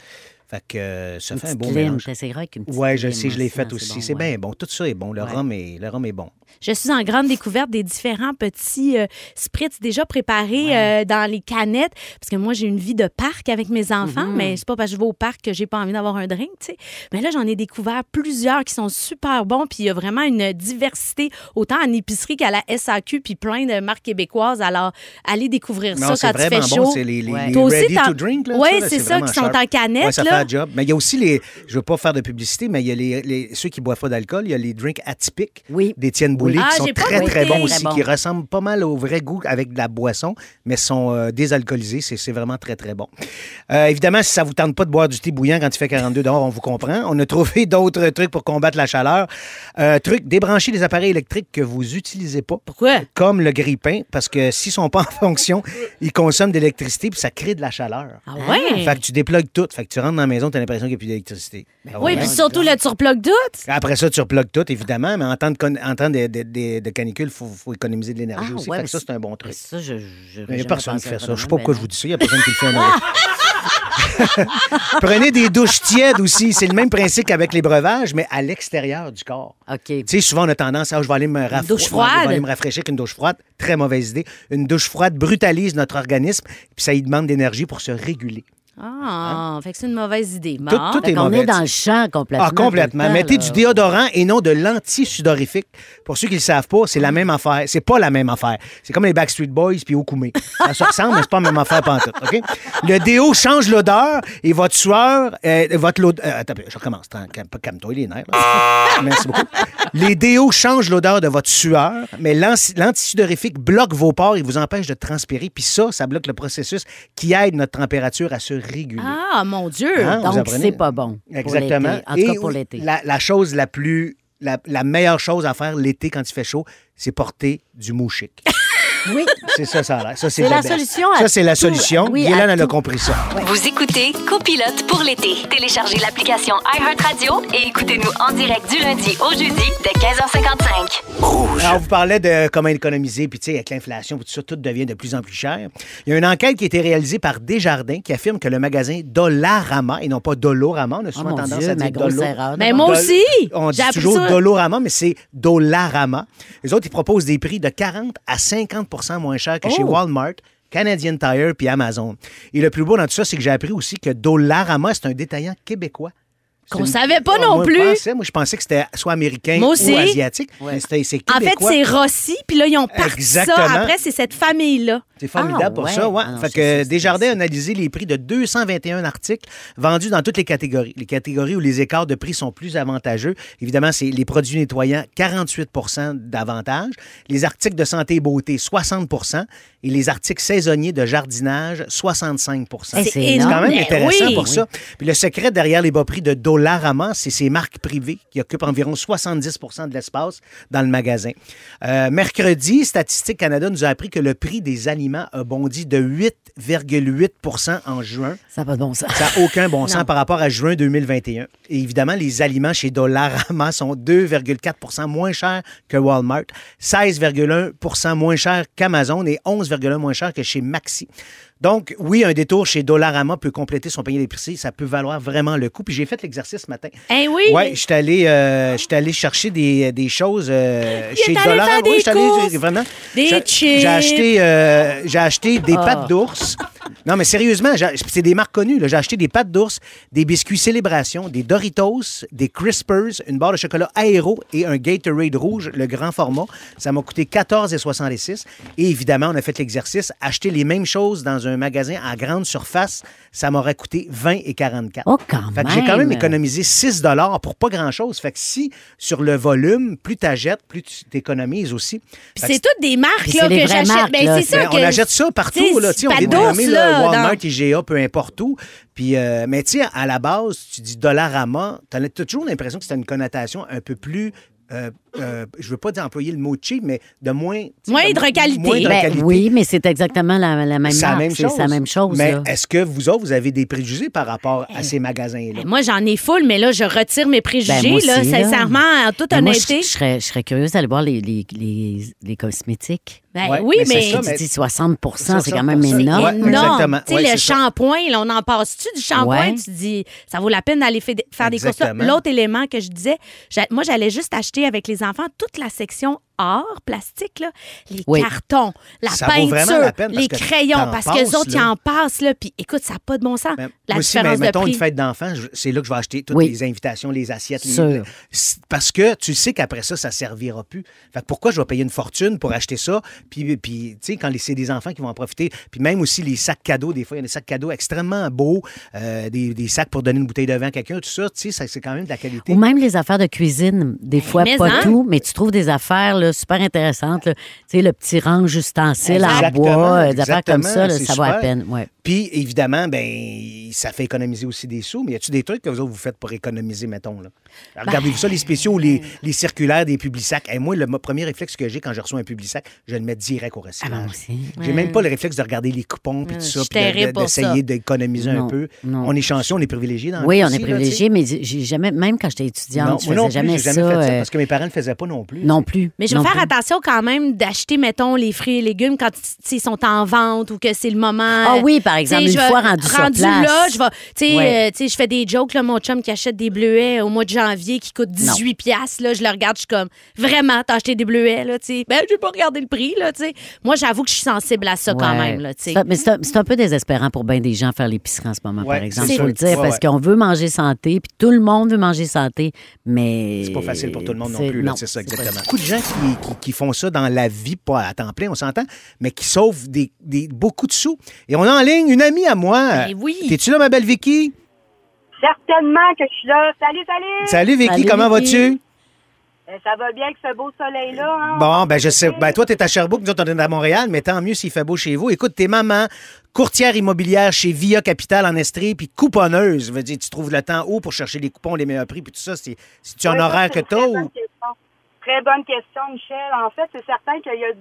B: Fait que euh, ça
E: Une
B: fait un
E: petite
B: beau
E: lime,
B: mélange.
E: t'essayeras avec une petite
B: Ouais, je
E: lime
B: sais, je l'ai
E: aussi,
B: faite
E: hein,
B: aussi.
E: bon,
B: C'est
E: ouais.
B: bien bon. Tout ça est bon. Le,
E: Ouais.
B: rhum est, le rhum est bon.
C: Je suis en grande découverte des différents petits euh, spritz déjà préparés euh, dans les canettes. Parce que moi, j'ai une vie de parc avec mes enfants,
B: Mhm.
C: mais c'est pas parce que je vais au parc que j'ai pas envie d'avoir un drink, tu sais. Mais là, j'en ai découvert plusieurs qui sont super bons, puis il y a vraiment une diversité, autant en épicerie qu'à la SAQ, puis plein de marques québécoises. Alors, allez découvrir
B: Non,
C: ça
B: c'est
C: quand il
B: vraiment
C: fait
B: bon.
C: chaud.
B: C'est les, les,
E: Ouais.
B: les
C: Toi aussi,
B: ready
C: t'en-
B: to drink. Là,
C: Ouais,
B: là,
C: c'est ça,
B: vraiment
C: qui sont
B: sharp.
C: en canette,
B: Ouais, ça fait
C: là.
B: un job. Mais il y a aussi les. Je veux pas faire de publicité, mais il y a les, les- ceux qui boivent pas d'alcool. Il y a les drinks atypiques
E: Oui.
B: d'Étienne Boulay
C: Ah,
B: qui sont
C: j'ai pas
B: très,
C: goûté.
B: très bons
E: Très
B: aussi,
E: bon.
B: qui ressemblent pas mal au vrai goût avec de la boisson, mais sont euh, désalcoolisés. C'est c'est vraiment très, très bon. Euh, évidemment, si ça vous tente pas de boire du thé bouillant quand il fait 42 dehors, on vous comprend. On a trouvé d'autres trucs pour combattre la chaleur. Euh, truc, débranchez les appareils électriques que vous utilisez pas
C: Pourquoi?
B: comme le grippin, parce que s'ils sont pas en fonction, ils consomment de l'électricité, puis ça crée de la chaleur.
C: Ah ouais?
B: Fait que tu déplugues tout. Fait que tu rentres dans la maison, tu as l'impression qu'il n'y a plus d'électricité. Ah
C: oui,
B: ouais.
C: puis surtout le surplug doute.
B: Après ça, tu replugues tout, évidemment, mais en temps de, con- en temps de, de- de- de canicule, il faut, faut économiser de l'énergie aussi.
E: ah ouais,
B: Fait
E: mais
B: que ça, c'est un bon truc.
E: Ça, je, je,
B: Il n'y a personne qui fait ça. Je ne sais pas pourquoi je vous dis ça. Il n'y a personne qui le fait. non. Prenez des douches tièdes aussi. C'est le même principe qu'avec les breuvages, mais à l'extérieur du corps.
E: OK.
B: Tu sais, souvent, on a tendance à, Ah, je vais aller me rafra-
C: douche
B: je vais aller- je vais
C: froide.
B: aller me rafraîchir avec une douche froide. Très mauvaise idée. Une douche froide brutalise notre organisme, puis ça y demande d'énergie pour se réguler.
C: Ah, fait que c'est une mauvaise idée.
B: hein? Tout,
C: Bon.
B: tout
E: Fait
B: est
E: qu'on
B: mauvais.
E: est dans le champ complètement.
B: Ah, complètement.
E: tout le temps,
B: Mettez
E: là.
B: du déodorant et non de l'anti-sudorifique. Pour ceux qui ne le savent pas, c'est la même affaire. C'est pas la même affaire. C'est comme les Backstreet Boys puis Okoumé. Ça se ressemble, mais c'est pas la même affaire pantoute, OK? Le déo change l'odeur et votre sueur, euh, votre l'ode- euh, attends, je recommence. Tant- calme- Calme-toi, il est nerf. là. Merci beaucoup. Les déos changent l'odeur de votre sueur, mais l'anti- l'anti-sudorifique bloque vos pores et vous empêche de transpirer. Puis ça, ça bloque le processus qui aide notre température à se réguler.
C: Ah, mon Dieu!
B: Hein? vous
E: Donc,
B: apprenez.
E: c'est pas bon. pour
B: Exactement.
E: l'été. En tout
B: Et
E: cas, pour l'été.
B: La, la chose la plus. La, la meilleure chose à faire l'été quand il fait chaud, c'est porter du mouchique.
E: Oui.
B: C'est ça, ça a l'air. Ça, c'est
E: C'est
B: le
E: la
B: best.
E: solution à
B: Ça, c'est la
E: tout.
B: solution.
E: Oui, à
B: Guylaine, elle a
E: tout.
B: compris ça.
G: Vous écoutez Copilote pour l'été. Téléchargez l'application iHeartRadio et écoutez-nous en direct du lundi au jeudi dès 15h55.
E: Oh,
B: Alors, on vous parlait de comment économiser, puis tu sais, avec l'inflation, puis tout ça, tout devient de plus en plus cher. Il y a une enquête qui a été réalisée par Desjardins qui affirme que le magasin Dollarama, et non pas Dolorama, on a
E: Oh
B: souvent
E: mon
B: tendance
E: Dieu,
B: à
E: ma
B: dire
E: grosse
B: Dolo.
E: erreur.
C: Mais moi
B: Dol-
C: aussi!
B: On dit
C: J'ai appris
B: toujours
C: ça.
B: Dolorama, mais c'est Dollarama. Les autres, ils proposent des prix de 40 à 50 moins cher que chez
E: Oh!
B: Walmart. Canadian Tire puis Amazon. Et le plus beau dans tout ça, c'est que j'ai appris aussi que Dollarama, c'est un détaillant québécois. C'est
C: Qu'on
B: une-
C: savait pas
B: Ah,
C: non
B: moi, je
C: plus.
B: pensais- moi, je pensais que c'était soit américain
C: Moi aussi.
B: ou asiatique. mais c'était- c'est
C: En fait,
B: québécois.
C: c'est Rossi, puis là, ils ont parti
B: Exactement.
C: ça. Après, c'est cette famille-là.
B: C'est formidable
E: Ah,
B: pour
E: ouais.
B: ça, ouais.
E: Ah non,
B: fait
E: c'est ça,
B: que
E: c'est
B: Desjardins a
E: ça.
B: analysé les prix de 221 articles vendus dans toutes les catégories. Les catégories où les écarts de prix sont plus avantageux, évidemment, c'est les produits nettoyants, 48 d'avantage, les articles de santé et beauté, 60 et les articles saisonniers de jardinage, 65
E: Hey, c'est
B: c'est quand
E: énorme.
B: même
C: Eh
B: intéressant
C: oui.
B: pour ça. Puis le secret derrière les bas prix de Dollarama, c'est ces marques privées qui occupent environ 70 de l'espace dans le magasin. Euh, mercredi, Statistique Canada nous a appris que le prix des aliments l'aliment a bondi de 8,8 en juin.
E: Ça n'a pas de bon sens.
B: Ça n'a aucun bon sens
E: Non.
B: par rapport à juin 2021. Et évidemment, les aliments chez Dollarama sont 2,4 moins chers que Walmart, 16,1 moins chers qu'Amazon et 11,1 moins chers que chez Maxi. Donc, oui, un détour chez Dollarama peut compléter son panier d'épicerie. Ça peut valoir vraiment le coup. Puis j'ai fait l'exercice ce matin.
C: Eh oui!
B: Oui, je suis allé, euh, j'étais allé chercher des, des choses euh,
C: Il est
B: chez
C: allé
B: Dollarama.
C: faire des
B: Oui, j'étais allé,
C: courses,
B: j'ai- vraiment.
C: des
B: J'ai-
C: chips.
B: J'ai acheté, euh, j'ai acheté des
E: Ah.
B: pâtes d'ours. Non, mais sérieusement, j'ai- c'est des marques connues. là. J'ai acheté des pâtes d'ours, des biscuits Célébration, des Doritos, des Crispers, une barre de chocolat Aéro et un Gatorade rouge, le grand format. Ça m'a coûté 14,66. Et évidemment, on a fait l'exercice. Acheter les mêmes choses dans un magasin à grande surface, ça m'aurait coûté 20 et 44.
E: Oh, quand
B: Fait que j'ai quand même
E: même.
B: économisé 6 pour pas grand-chose. Fait que si, sur le volume, plus t'achètes, plus tu t'économises aussi.
C: Puis
B: Fait que
C: c'est toutes des marques
E: Puis
C: là,
E: c'est les
C: que
E: vraies
C: j'achète.
E: marques,
C: Ben,
E: là.
C: c'est ça
B: ben,
C: que
B: on achète ça partout.
C: t'sais,
B: Là, tu sais, on
C: pas
B: est
C: d'ours,
B: dénommé
C: là,
B: là, Walmart,
C: dans-
B: IGA, peu importe où. Puis, euh, mais tu sais, à la base, tu dis Dollarama, tu as toujours l'impression que c'est une connotation un peu plus. euh, euh, je veux pas dire employer le mot cheap, mais de moins. tu sais,
C: Moindre
B: de-
C: qualité.
B: moindre
E: Ben
B: qualité.
E: oui, mais c'est exactement la, la même
B: C'est la
E: marque,
B: même
E: c'est-
B: chose.
E: C'est la même chose.
B: Mais eh,
E: là.
B: est-ce que vous autres, vous avez des préjugés par rapport à ces magasins-là?
C: Ben, Moi, j'en ai full, mais là, je retire mes préjugés,
E: Ben, moi
C: là,
E: aussi, là.
C: sincèrement, en toute
E: Ben, moi, je,
C: honnêteté.
E: je serais, je serais curieuse d'aller voir les, les, les, les cosmétiques.
C: Ben
B: Ouais,
C: oui,
B: mais c'est
C: mais.
B: ça,
E: Tu
B: mais-
E: dis 60 c'est quand même
B: 60%.
E: énorme.
B: Ouais, exactement.
C: énorme. Tu sais,
B: Ouais, c'est
C: le
B: ça.
C: shampoing, là, on en passe-tu du shampoing?
E: Ouais.
C: Tu dis, ça vaut la peine d'aller fait- faire des courses.
B: Exactement.
C: L'autre élément que je disais, j'a- moi, j'allais juste acheter avec les enfants toute la section art, plastique, là, les
E: Oui.
C: cartons, la
B: Ça vaut
C: peinture,
B: vraiment la peine parce
C: les
B: que
C: crayons,
B: t'en
C: parce que les
B: passes,
C: autres, ils
B: là.
C: en passent. Là, puis écoute, ça n'a pas de bon sens.
B: Ben,
C: la
B: moi aussi,
C: différence
B: mais
C: de
B: mettons
C: prix.
B: une fête d'enfants, je- c'est là que je vais acheter toutes
E: Oui.
B: les invitations, les assiettes. les-
E: Sûr.
B: C'est- Parce que tu sais qu'après ça, ça servira plus. Fait que pourquoi je vais payer une fortune pour acheter ça? Puis, puis tu sais, quand les- c'est des enfants qui vont en profiter. Puis même aussi les sacs cadeaux, des fois, il y a des sacs cadeaux extrêmement beaux, euh, des, des sacs pour donner une bouteille de vin à quelqu'un, tout ça, tu sais, ça, c'est quand même de la qualité.
E: Ou même les affaires de cuisine. Des
B: Ben,
E: fois,
C: mais
E: pas
C: hein.
E: tout, mais tu trouves des affaires là, super intéressantes. là. Tu sais, le petit range ustensile en
B: Exactement,
E: bois, euh, des affaires comme
B: exactement,
E: ça, là,
B: c'est
E: ça vaut la
B: super.
E: peine. Ouais.
B: Puis évidemment, ben ça fait économiser aussi des sous. Mais y a-tu des trucs que vous autres vous faites pour économiser, mettons là
E: Ben
B: Alors, Regardez-vous ça les spéciaux, ou les, les circulaires des publicsacs. Et moi, le mo- premier réflexe que j'ai quand je reçois un publicsac, je le mets direct au recyclage.
E: Ah, moi aussi. Mm,
B: J'ai même pas le réflexe de regarder les coupons puis tout
C: Je
B: ça,
C: suis
B: puis de- de-
C: terrible pour ça.
B: d'essayer d'économiser un
E: Non,
B: peu.
E: non.
B: On est chanceux, on est privilégié dans la
E: Oui,
B: vie
E: on
B: aussi,
E: est
B: là,
E: privilégié,
B: tu
E: mais j'ai jamais, même quand j'étais
B: sais.
E: étudiante,
B: Non,
E: je
B: moi
E: faisais
B: non plus,
E: jamais,
B: j'ai jamais fait ça
E: euh,
B: parce que mes parents ne le faisaient pas non plus.
E: non plus.
C: Mais je
E: non
C: vais faire
E: plus.
C: attention quand même d'acheter, mettons, les fruits et légumes quand tu sais, ils sont en vente ou que c'est le moment.
E: Ah oui, par
C: Tu sais,
E: exemple, une
C: je vais-
E: fois rendu sur place.
C: là, je vais. Tu sais,
E: Ouais.
C: euh, tu sais, je fais des jokes, là, mon chum qui achète des bleuets au mois de janvier qui coûte 18 piastres, là, je le regarde, je suis comme, vraiment, t'as acheté des bleuets, là, tu sais. Ben, j'ai pas regardé le prix, là, tu sais. Moi, j'avoue que je suis sensible à ça quand
E: Ouais.
C: même, là, tu sais.
E: C'est- Mais c'est un, c'est un peu désespérant pour bien des gens faire l'épicerie en ce moment,
B: Ouais,
E: par exemple.
B: c'est
E: Je veux le
B: sûr.
E: dire,
B: Ouais,
E: parce
B: ouais.
E: qu'on veut manger santé, puis tout le monde veut manger santé, mais.
B: C'est pas facile pour tout le monde non
E: c'est-
B: plus, là, c'est ça,
E: pas-
B: exactement. Beaucoup de gens qui, qui- qui font ça dans la vie, pas à temps plein, on s'entend, mais qui sauvent des, des- beaucoup de sous. Et on a en ligne une amie à moi.
C: Ben oui.
B: T'es-tu là, ma belle Vicky?
H: Certainement que je suis là. Salut, salut!
B: Salut, Vicky,
E: Salut,
B: comment
E: Vicky.
B: vas-tu?
H: Euh, Ça va bien avec ce beau soleil-là, hein?
B: Bon, ben je sais. Ben toi, t'es à Sherbrooke, nous autres, on est à Montréal, mais tant mieux s'il fait beau chez vous. Écoute, t'es maman, courtière immobilière chez Via Capital en Estrie, puis couponneuse. Je veux dire, tu trouves le temps haut pour chercher les coupons, les meilleurs prix, puis tout ça. C'est tu un
H: Ouais, ça,
B: horaire
H: c'est
B: que
H: une
B: t'as
H: très
B: ou...
H: bonne question. Très bonne question, Michel. En fait, c'est certain qu'il y a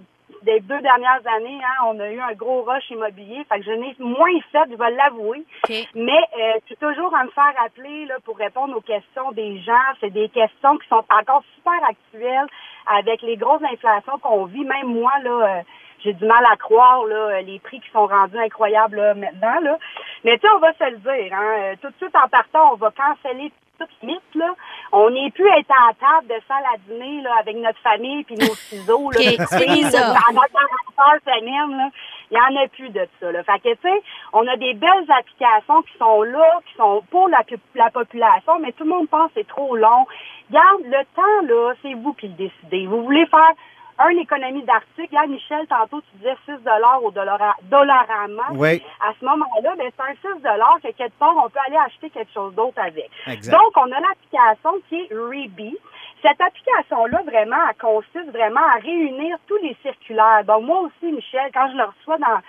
H: des deux dernières années, hein, on a eu un gros rush immobilier. Fait que je n'ai moins fait, je vais l'avouer.
C: OK.
H: Mais euh, je suis toujours à me faire appeler là, pour répondre aux questions des gens. C'est des questions qui sont encore super actuelles avec les grosses inflations qu'on vit. Même moi, là, euh, j'ai du mal à croire là, euh, les prix qui sont rendus incroyables là, maintenant. Là. Mais tu sais, on va se le dire. hein, euh, tout de suite en partant, on va canceller tout mythe. Là. On n'est plus être en table de salle à dîner là, avec notre famille puis nos ciseaux. Là,
C: Ok,
H: Tu sais,
C: fini
H: là,
C: ça.
H: pendant 40 heures semaine, là, il n'y en a plus de ça. Là. Fait que, tu sais, on a des belles applications qui sont là, qui sont pour la, pu- la population, mais tout le monde pense que c'est trop long. Garde, le temps, là, c'est vous qui le décidez. Vous voulez faire un économie d'article. Là, Michel, tantôt, tu disais 6 au dollar, dollarama.
B: Oui.
H: À ce moment-là, ben, c'est un 6 que quelque part, on peut aller acheter quelque chose d'autre avec.
B: Exact.
H: Donc, donc, on a l'application qui est Rebi. Cette application-là, vraiment, elle consiste vraiment à réunir tous les circulaires. Donc, moi aussi, Michel, quand je le reçois dans,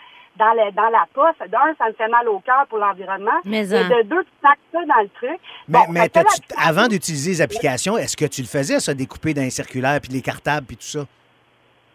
H: dans, le- dans la poste, d'un, ça me fait mal au cœur pour l'environnement.
C: Mais,
H: et
C: hein.
H: de deux, tu sacs ça dans le truc.
B: Mais,
H: Bon, ben,
B: mais
H: fait que
B: t'as-tu-
H: l'application-
B: avant d'utiliser les applications, est-ce que tu le faisais, ça, découper dans les circulaires, puis les cartables, puis tout ça?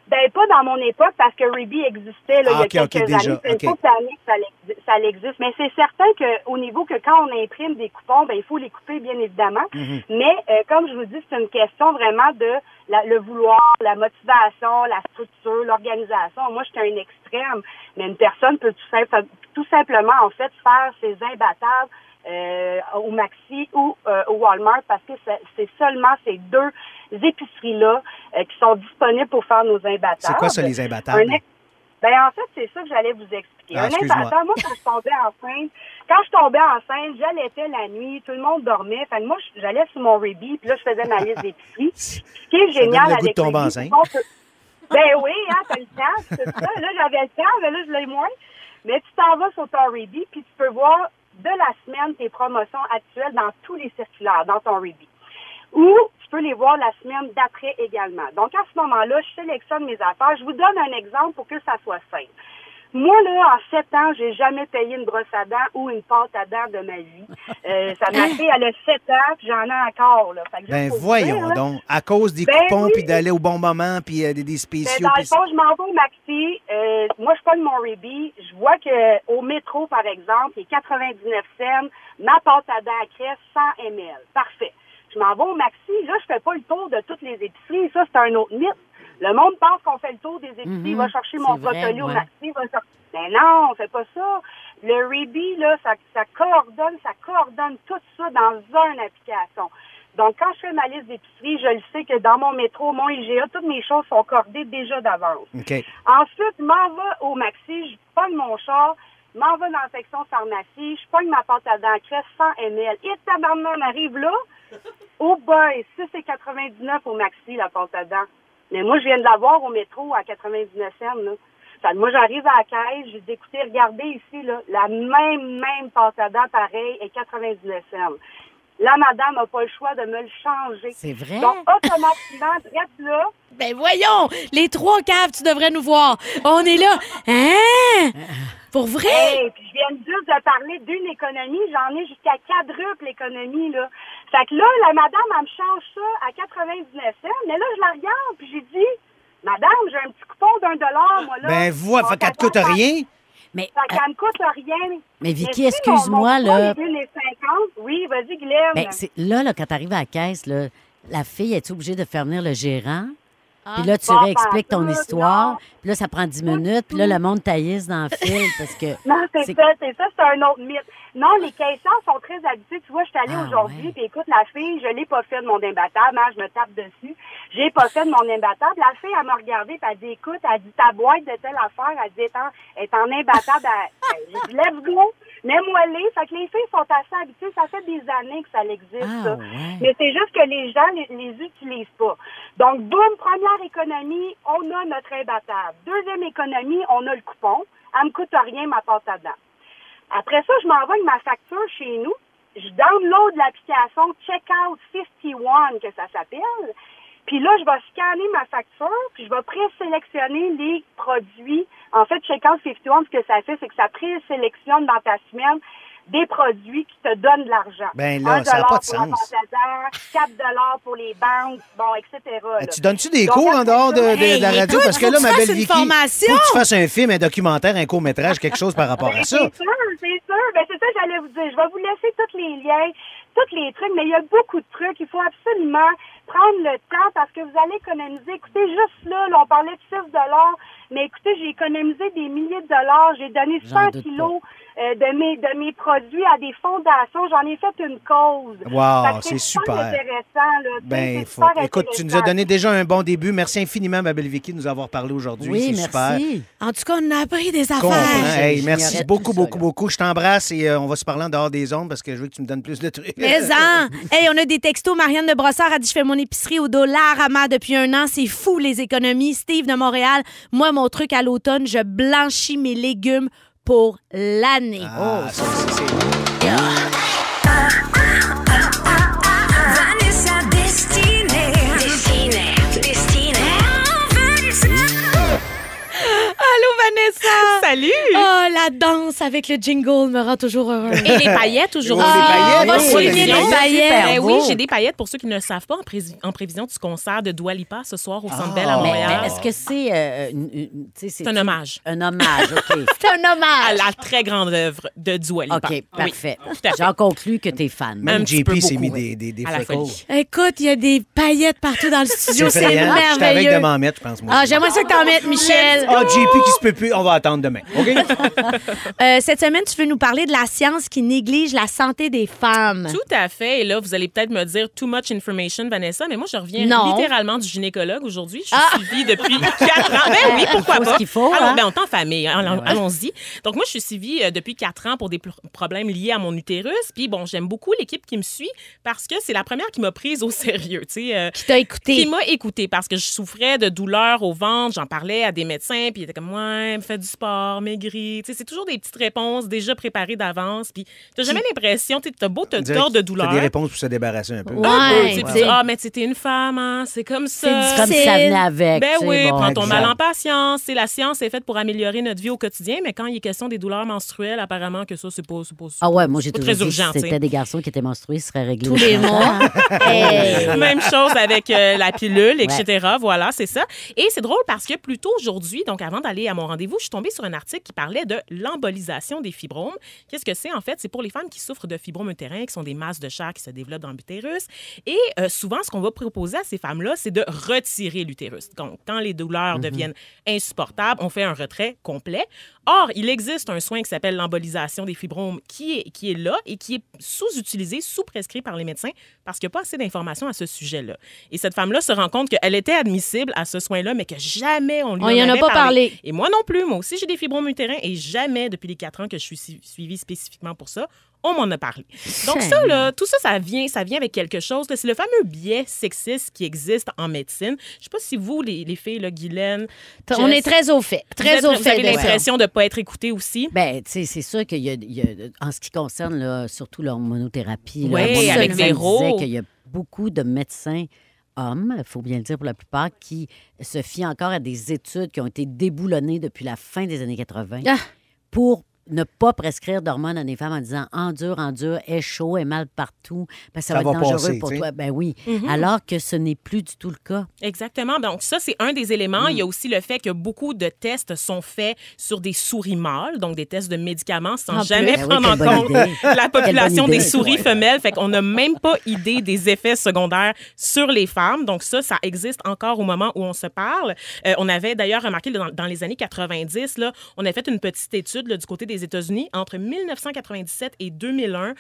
H: Ben pas dans mon époque parce que Ruby existait là,
B: Ah,
H: il y a
B: ok, ok,
H: quelques
B: déjà,
H: années. C'est
B: ok.
H: une fausse année que ça, l'exi- ça existe. Mais c'est certain qu'au niveau que quand on imprime des coupons, ben il faut les couper bien évidemment.
B: Mhm.
H: Mais euh, comme je vous dis, c'est une question vraiment de la- le vouloir, la motivation, la structure, l'organisation. Moi, j'étais un extrême, mais une personne peut tout, simple- tout simplement en fait faire ses imbattables euh, au Maxi ou euh, au Walmart parce que c'est- c'est seulement ces deux épiceries-là euh, qui sont disponibles pour faire nos imbattables.
B: C'est quoi ça, les imbattables?
H: Un ex- Ben, en fait, c'est ça que j'allais vous expliquer.
B: Ah,
H: un
B: excuse-moi.
H: imbattable, moi, quand je tombais enceinte, quand je tombais enceinte, j'allaitais la nuit, tout le monde dormait. Fait que moi, je- j'allais sur mon Ruby, puis là, je faisais ma liste d'épiceries. Ce qui est
B: Ça donne
H: génial
B: le goût de
H: avec
B: tomber
H: Ruby,
B: enceinte.
H: c'est qu'on peut- ben oui, hein, t'as le temps, c'est ça. Là, j'avais le temps, mais là, je l'ai moins. Mais tu t'en vas sur ton Ready, puis tu peux voir de la semaine tes promotions actuelles dans tous les circulaires, dans ton Ready. Ou tu peux les voir la semaine d'après également. Donc, à ce moment-là, je sélectionne mes affaires. Je vous donne un exemple pour que ça soit simple. Moi, là, en sept ans, j'ai jamais payé une brosse à dents ou une pâte à dents de ma vie. Euh, ça m'a fait, elle a sept ans, puis j'en ai encore, là. Fait que
B: Hein? Ben
H: juste pour vous dire,
B: voyons
H: là,
B: donc, à cause des
H: hein. Ben
B: coupons,
H: oui.
B: puis d'aller au bon moment, puis euh, des, des
H: Mais
B: spéciaux.
H: dans le
B: puis-
H: fond, je m'en vais au maxi. Euh, moi, je pogne mon rébit. Je vois que au métro, par exemple, il est 99 cents. Ma pâte à dents à crème, 100 ml. Parfait. Je m'en vais au maxi. Là, je fais pas le tour de toutes les épiceries. Ça, c'est un autre mythe. Le monde pense qu'on fait le tour des épiceries.
E: Mhm.
H: va chercher
E: C'est
H: mon
E: vrai,
H: brocoli au
E: ouais.
H: maxi. Va chercher... Mais non, on fait pas ça. Le rébit, là, ça, ça coordonne, ça coordonne tout ça dans une application. Donc, quand je fais ma liste d'épicerie, je le sais que dans mon métro, mon IGA, toutes mes choses sont cordées déjà d'avance.
B: OK.
H: Ensuite, je m'en vais au maxi, je pogne mon char, je m'en vais dans la section pharmacie, je pogne ma pâte à dents à crème 100 ml. Et tabarnak, on arrive là, au boy, 6,99 au maxi, la pâte à dents. Mais moi, je viens de l'avoir au métro à 99 cents, là. Fait que moi, j'arrive à la caisse, je dis, écoutez, regardez ici, là, la même, même pâte à dents, pareil, est 99 cents. Là, madame n'a pas le choix de me le changer.
E: C'est vrai?
H: Donc, automatiquement, direct là,
C: Ben voyons, les trois caves, tu devrais nous voir. On est là. Hein? Pour vrai?
H: Hey, puis je viens juste de parler d'une économie, j'en ai jusqu'à quadruple économie, là. Fait que là, la madame, elle me change ça à 99 cents, mais là, je la regarde, puis j'ai dit, madame, j'ai un petit coupon d'un dollar, moi, là.
B: Ben voilà,
H: Mon
B: fait qu'elle te coûte
H: papa,
B: rien.
E: Mais, euh,
H: Fait qu'elle me coûte rien.
E: mais Vicky,
H: Mais si mon-
E: excuse-moi,
H: mon
E: là.
H: coupon est 1,50, Oui, vas-y, Guylaine.
E: Ben, c'est- là, là, quand t'arrives à la caisse, là, la fille, est obligée de faire venir le gérant?
C: Ah.
E: Puis là, tu
H: Bon,
E: réexpliques
H: ben,
E: ton
H: là,
E: histoire.
H: non.
E: Puis là, ça prend 10 minutes. Puis là, le monde taillisse dans le fil parce que...
H: Non, c'est
E: c'est-
H: ça, c'est ça, c'est un autre mythe. Non, les caissières sont très habituées. Tu vois, je suis allée
E: Ah, ouais.
H: aujourd'hui, puis écoute, la fille, je l'ai pas fait de mon imbattable, hein, je me tape dessus. J'ai pas fait de mon imbattable. La fille, elle m'a regardé, puis elle dit, écoute, elle dit, ta boîte de telle affaire, elle dit, est en, est en imbattable. Elle- J'ai dit, let's go, mets-moi les. Fait que les filles sont assez habituées. Ça fait des années que ça existe,
E: Ah,
H: ça.
E: ouais.
H: Mais c'est juste que les gens les, les utilisent pas. Donc, boum, première économie, on a notre imbattable. Deuxième économie, on a le coupon. Elle me coûte rien ma pâte à dents. Après ça, je m'envoie ma facture chez nous. Je download l'application Checkout 51, que ça s'appelle. Puis là, je vais scanner ma facture, puis je vais présélectionner les produits. En fait, Checkout 51, ce que ça fait, c'est que ça présélectionne dans ta semaine des produits qui te donnent de l'argent.
B: Ben là,
H: Un
B: ça a pas de
H: dollar pour
B: sens.
H: la vente à terre, 4 dollars pour les banques, bon, etc. là.
B: Euh, Tu donnes-tu des
H: Donc,
B: cours en
H: après
B: dehors de, de-
H: ça,
B: de la
C: Hey,
B: radio?
C: écoute,
B: Parce que
C: faut
B: là,
C: que
B: ma
C: tu
B: belle
C: fasses une
B: Vicky,
C: formation.
B: faut que tu fasses un film, un documentaire, un court-métrage, quelque chose par rapport à
H: Ben,
B: ça.
H: C'est sûr, c'est sûr. Ben, c'est ça que j'allais vous dire. Je vais vous laisser tous les liens, tous les trucs, mais il y a beaucoup de trucs. Il faut absolument prendre le temps parce que vous allez économiser. Écoutez, juste là, là, on parlait de 6 mais écoutez, j'ai économisé des milliers de dollars. J'ai donné
E: J'en
H: 100
E: doute
H: kilos euh, de mes, de mes produits à des fondations. J'en ai fait une cause.
B: Wow,
H: Fait que
B: c'est super.
H: intéressant. Là, Tu sais,
B: Ben,
H: c'est
B: faut-
H: super
B: écoute, tu nous as
H: intéressant.
B: donné déjà un bon début. Merci infiniment, ma belle Vicky, de nous avoir parlé aujourd'hui.
E: Oui,
B: C'est super.
E: merci.
C: En tout cas, on a appris des affaires.
B: Comprends. Hey,
E: J'ignorais
B: merci
E: tout
B: beaucoup,
E: ça,
B: beaucoup,
E: là.
B: beaucoup. Je t'embrasse et euh, on va se parler en dehors des ondes parce que je veux que tu me donnes plus de trucs.
C: Mais en! Hey, on a des textos. Marianne de Brossard a dit Je fais mon épicerie au dollar à ma depuis un an. C'est fou, les économies. Steve de Montréal, moi, mon truc à l'automne, je blanchis mes légumes pour l'année. Oh.
B: Ah, ça, c'est- c'est-
A: Vanessa destinée.
G: Destinée, destinée.
C: Allô, Vanessa!
I: Salut!
C: Oh, la danse
H: danse avec le jingle me rend toujours heureuse.
C: Et les paillettes aujourd'hui.
B: Ah,
C: On va
B: oui,
C: souligner
B: oui,
C: les
B: oui.
C: paillettes.
E: Super
C: Ben oui,
E: beau.
C: j'ai des paillettes pour ceux qui ne le savent pas en, pré- en prévision du concert de Dua Lipa ce soir au Centre
B: Ah.
C: Bell à
E: Mais,
C: Montréal.
E: mais est-ce que c'est. euh, une- une- tu sais,
C: C'est un hommage
E: Un hommage, OK.
H: C'est un
C: à
H: hommage.
C: la très grande œuvre de Dua Lipa.
E: OK,
C: Oui.
E: parfait.
C: tout à fait.
E: J'en conclus que t'es fan.
C: Un
B: Même
C: petit peu
B: JP s'est mis
C: beaucoup,
B: des, des, des
C: À la
B: freckles.
C: folie.
H: Écoute, il y a des paillettes partout dans le studio. C'est
B: effrayant. Je suis avec de
H: merveilleux.
B: m'en mettre, je pense, moi.
H: Ah, j'aimerais ça que t'en mettes, Michel.
B: Ah, JP qui se peut plus, on va attendre demain. OK?
H: Euh, cette semaine, tu veux nous parler de la science qui néglige la santé des femmes.
C: Tout à fait. Et là, vous allez peut-être me dire too much information, Vanessa, mais moi, je reviens
H: Non.
C: littéralement du gynécologue aujourd'hui. Je suis suivie depuis quatre ans. Ben
H: Euh,
C: oui, pourquoi
E: Faut ce
C: pas.
E: qu'il faut,
C: Allons,
E: hein.
C: ben, on est en famille. hein. Allons- Allons-y. Donc, moi, je suis suivie euh, depuis quatre ans pour des pl- problèmes liés à mon utérus. Puis, bon, j'aime beaucoup l'équipe qui me suit parce que c'est la première qui m'a prise au sérieux. Tu sais, euh,
H: Qui t'a écouté.
C: qui m'a écouté parce que je souffrais de douleurs au ventre. J'en parlais à des médecins, puis ils étaient comme Ouais, fais du sport, maigris. Tu sais, c'est toujours des petites réponses déjà préparées d'avance. Puis t'as jamais l'impression, tu as beau te
B: On dirait
C: tordre
B: que
C: de
B: t'as des
C: douleur.
B: réponses pour se débarrasser un peu.
H: Ouais.
C: Ah,
H: Ouais.
C: tu sais, puis
H: Ouais.
C: tu dis, Ah, mais tu sais, t'es une femme, hein, c'est comme ça.
E: C'est comme si ça venait avec.
C: Ben
E: tu sais,
C: oui,
E: bon,
C: prends ton
B: exact.
C: mal en patience. C'est la science est faite pour améliorer notre vie au quotidien, mais quand il est question des douleurs menstruelles, apparemment que ça, c'est pas, c'est pas, c'est
E: Ah ouais, moi j'ai
C: pas
E: toujours
C: très
E: dit que si
C: urgent. tu sais.
E: c'était des garçons qui étaient menstrués, ce serait réglé.
H: tous les mois. Hey.
C: Même chose avec euh, la pilule, etc. ah, Voilà, c'est ça. Et c'est drôle parce que plus tôt aujourd'hui, donc avant d'aller à mon rendez-vous, je suis tombée sur un article qui parlait de l'embolisation des fibromes. Qu'est-ce que c'est en fait? C'est pour les femmes qui souffrent de fibromes utérins, qui sont des masses de chair qui se développent dans l'utérus. Et euh, souvent, ce qu'on va proposer à ces femmes-là, c'est de retirer l'utérus. Donc, quand les
E: Mm-hmm.
C: douleurs deviennent insupportables, on fait un retrait complet. Or, il existe un soin qui s'appelle l'embolisation des fibromes qui est, qui est là et qui est sous-utilisé, sous-prescrit par les médecins parce qu'il n'y a pas assez d'informations à ce sujet-là. Et cette femme-là se rend compte qu'elle était admissible à ce soin-là, mais que jamais on lui
H: On
C: en
H: y en a
C: avait
H: pas
C: parlé.
H: parlé.
C: Et moi non plus. Moi aussi, j'ai des fibromes utérins et jamais, depuis les quatre ans que je suis si- suivie spécifiquement pour ça, on m'en a parlé. Donc ça, là, tout ça, ça vient, ça vient avec quelque chose. là. C'est le fameux biais sexiste qui existe en médecine. Je sais pas si vous, les, les filles, là, Guylaine,
H: On
C: Jess,
H: est très au fait.
C: vous
H: Très
C: êtes-
H: au
C: vous avez
H: fait. de ça.
C: l'impression de ne pas être écoutée aussi.
E: Ben, tu sais, c'est sûr qu'il y a, il y a- en ce qui concerne là, surtout
C: Oui,
E: l'hormonothérapie, là, mon
C: avec
E: médecin
C: Véro.
E: disait qu'il y a beaucoup de médecins hommes, il faut bien le dire pour la plupart, qui se fient encore à des études qui ont été déboulonnées depuis la fin des années 80
H: Ah.
E: pour ne pas prescrire d'hormones à des femmes en disant endure, endure, est chaud, est mal partout, parce que ça,
B: Ça
E: va être
B: va
E: dangereux
B: passer,
E: pour
B: tu sais.
E: toi. Ben oui,
C: Mm-hmm.
E: alors que ce n'est plus du tout le cas.
C: Exactement. Donc, ça, c'est un des éléments. Il y a
H: Mm.
C: aussi le fait que beaucoup de tests sont faits sur des souris mâles, donc des tests de médicaments sans
H: En
C: jamais
E: plus.
C: prendre
E: Ah oui, quelle
C: en compte
E: bonne idée.
C: la population
E: bonne idée.
C: des souris femelles. Fait qu'on n'a même pas idée des effets secondaires sur les femmes. Donc, ça, ça existe encore au moment où on se parle. Euh, on avait d'ailleurs remarqué dans, dans les années 90, là, on a fait une petite étude là, du côté des États-Unis. Entre 1997 et 2001,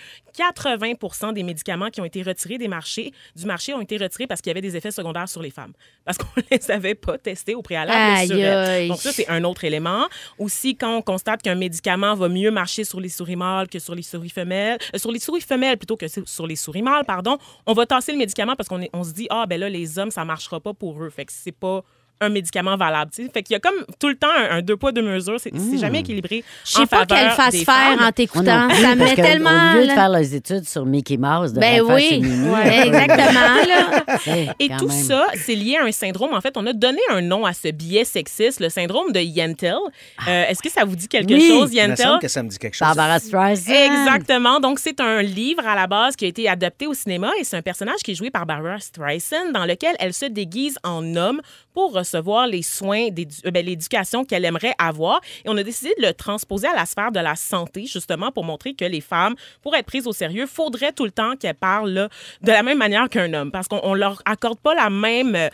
C: 80 des médicaments qui ont été retirés des marchés, du marché ont été retirés parce qu'il y avait des effets secondaires sur les femmes. Parce qu'on les avait pas testés au préalable
H: Aïe,
C: sur elles.
H: aïe.
C: Donc, ça, c'est un autre élément. Aussi, quand on constate qu'un médicament va mieux marcher sur les souris mâles que sur les souris femelles, euh, sur les souris femelles plutôt que sur sur les souris mâles, pardon, on va tasser le médicament parce qu'on est- on se dit, ah, ben là, les hommes, ça marchera pas pour eux. Fait que c'est pas un médicament valable. tu sais. Fait qu'il y a comme tout le temps un, un deux poids, deux mesures. C'est c'est jamais équilibré.
H: Mm. Je sais
C: en
H: pas qu'elle
C: faveur
H: fasse
C: des
H: faire
C: femmes.
H: en
E: Moi Ah non
H: t'écoutant.
E: plus,
H: Ça
E: parce
H: me met
E: que
H: tellement.
E: Au lieu de
H: là.
E: faire leurs études sur Mickey Mouse, de
H: Ben oui, Ouais, exactement. là.
C: Et tout ça, c'est lié à un syndrome. En fait, on a donné un nom à ce biais sexiste, le syndrome de Yentl. Euh, Est-ce que ça vous dit quelque
E: Oui.
C: chose,
B: Il me
C: Yentl?
B: semble que ça me dit quelque chose.
E: Barbara Streisand.
C: Exactement. Donc, c'est un livre à la base qui a été adapté au cinéma et c'est un personnage qui est joué par Barbara Streisand dans lequel elle se déguise en homme pour recevoir les soins, d'édu- euh, ben, l'éducation qu'elle aimerait avoir. Et on a décidé de le transposer à la sphère de la santé, justement, pour montrer que les femmes, pour être prises au sérieux, faudrait tout le temps qu'elles parlent là, de la même manière qu'un homme parce qu'on on leur accorde pas la même, euh,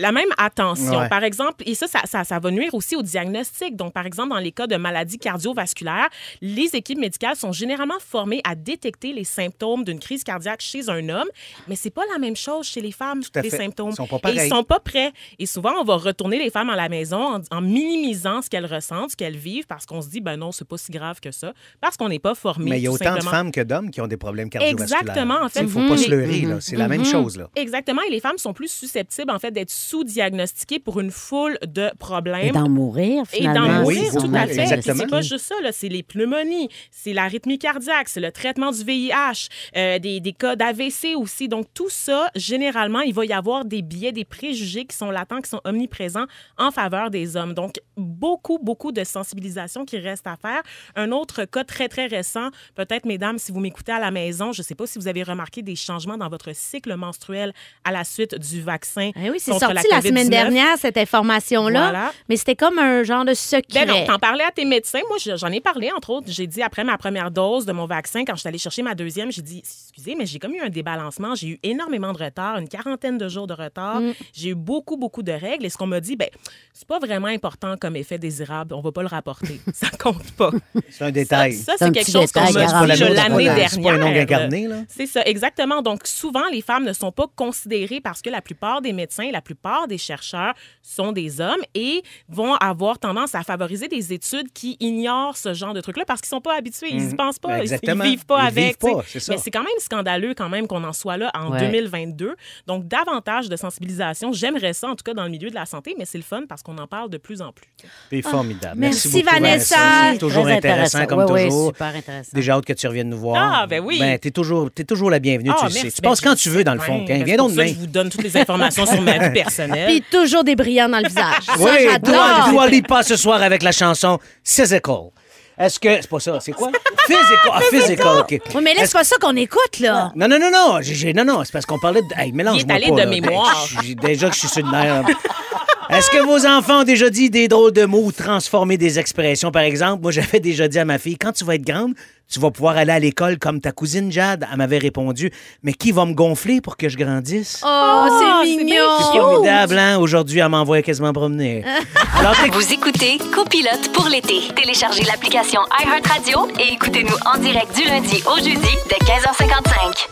C: la même attention.
B: Ouais.
C: Par exemple, et ça ça, ça, ça va nuire aussi au diagnostic. Donc, par exemple, dans les cas de maladies cardiovasculaires, les équipes médicales sont généralement formées à détecter les symptômes d'une crise cardiaque chez un homme, mais c'est pas la même chose chez les femmes,
B: à
C: les
B: fait.
C: symptômes.
B: Ils sont pas
C: Et ils
B: pareils.
C: sont pas prêts. Et souvent, on va retourner les femmes à la maison en, en minimisant ce qu'elles ressentent, ce qu'elles vivent, parce qu'on se dit, ben non, c'est pas si grave que ça, parce qu'on n'est pas formé.
B: Mais il y a
C: tout
B: autant de
C: simplement.
B: femmes que d'hommes qui ont des problèmes cardiovasculaires.
C: Exactement, en fait.
B: Il ne faut pas
C: Mhm.
B: se leurrer, là. C'est la même chose, là.
C: Exactement. Et les femmes sont plus susceptibles, en fait, d'être sous-diagnostiquées pour une foule de
E: Et
C: problèmes.
E: d'en mourir,
C: Et
E: finalement.
C: d'en
B: Oui,
C: mourir, tout
B: oui,
C: à fait. Puis
B: exactement.
C: C'est pas juste ça, là. c'est les pneumonies, c'est la rythmie cardiaque, c'est le traitement du VIH, euh, des, des cas d'AVC aussi. Donc, tout ça, généralement, il va y avoir des biais, des préjugés qui sont latents, qui sont omniprésents
I: omniprésent en faveur des hommes. Donc, beaucoup, beaucoup de sensibilisation qui reste à faire. Un autre cas très, très récent, peut-être, mesdames, si vous m'écoutez à la maison, je ne sais pas si vous avez remarqué des changements dans votre cycle menstruel à la suite du vaccin.
C: Eh oui, c'est
I: contre
C: sorti la,
I: la
C: semaine
I: COVID-19.
C: dernière, cette information-là.
I: Voilà.
C: Mais c'était comme un genre de secret.
I: Ben non, t'en parlais à tes médecins. Moi, je- j'en ai parlé, entre autres. J'ai dit après ma première dose de mon vaccin, quand je suis allée chercher ma deuxième, j'ai dit, excusez, mais j'ai comme eu un débalancement. J'ai eu énormément de retard, une quarantaine de jours de retard. J'ai eu beaucoup, beaucoup de règles. Et ce qu'on m'a dit, ben, c'est pas vraiment important comme effet désirable. On va pas le rapporter. ça compte pas.
B: C'est un détail.
I: Ça,
E: C'est un
I: c'est quelque
E: petit
I: chose qu'on
E: détail,
I: m'a
E: Garand.
I: dit je,
E: C'est pas la-
I: l'année dernière.
B: c'est pas un ongle
C: euh,
B: incarné, là.
I: C'est ça, exactement. Donc, souvent, les femmes ne sont pas considérées parce que la plupart des médecins, la plupart des chercheurs sont des hommes et vont avoir tendance à favoriser des études qui ignorent ce genre de truc-là parce qu'ils sont pas habitués, ils n'y
B: Mhm.
I: pensent pas, ils-
B: Exactement.
I: ils vivent pas
B: Ils
I: avec.
B: vivent pas,
I: tu sais.
B: c'est ça.
I: Mais c'est quand même scandaleux quand même qu'on en soit là en
E: Ouais.
I: 2022. Donc, davantage de sensibilisation. J'aimerais ça, en tout cas, dans le milieu de la santé, mais c'est le fun parce qu'on en parle de plus en plus.
B: C'est formidable.
C: merci,
B: beaucoup,
C: Vanessa.
B: C'est toujours
E: Très
B: intéressant, comme
E: Ouais, ouais,
B: toujours.
E: super intéressant.
B: Déjà hâte que tu reviennes nous voir.
I: Ah, ben oui.
B: Ben, t'es toujours, t'es toujours la bienvenue, tu
I: Ah,
B: le sais.
I: merci.
B: Tu passes
I: Ben,
B: quand tu veux, dans le fond.
I: Ouais,
B: hein.
I: ben,
B: Viens
I: c'est
B: donc
I: pour ça que
B: demain.
I: Je vous donne toutes les informations sur ma vie personnelle.
C: Puis toujours des brillants dans le visage. Ça,
B: Oui, Dua,
C: j'adore.
B: Dua Lipa ce soir avec la chanson Physical. Est-ce que. C'est pas ça, c'est quoi? Physical. Ah, physical, OK.
C: Oui, mais là, c'est pas ça qu'on écoute, là.
B: Non, non, non, non. j'ai- j'ai- non, non, c'est parce qu'on parlait de. Hey, mélange
I: allé de mémoire.
B: déjà que Ben, je suis sur le nerf. Est-ce que vos enfants ont déjà dit des drôles de mots ou transformé des expressions? Par exemple, moi, j'avais déjà dit à ma fille, quand tu vas être grande, tu vas pouvoir aller à l'école comme ta cousine Jade. Elle m'avait répondu, mais qui va me gonfler pour que je grandisse?
C: Oh,
I: Oh,
C: c'est
I: c'est bien
B: C'est
C: mignon.
B: formidable, hein? Aujourd'hui, elle m'envoie quasiment promener. Alors, t'es-
G: Vous écoutez Copilote pour l'été. Téléchargez l'application iHeartRadio et écoutez-nous en direct du lundi au jeudi de 15h55.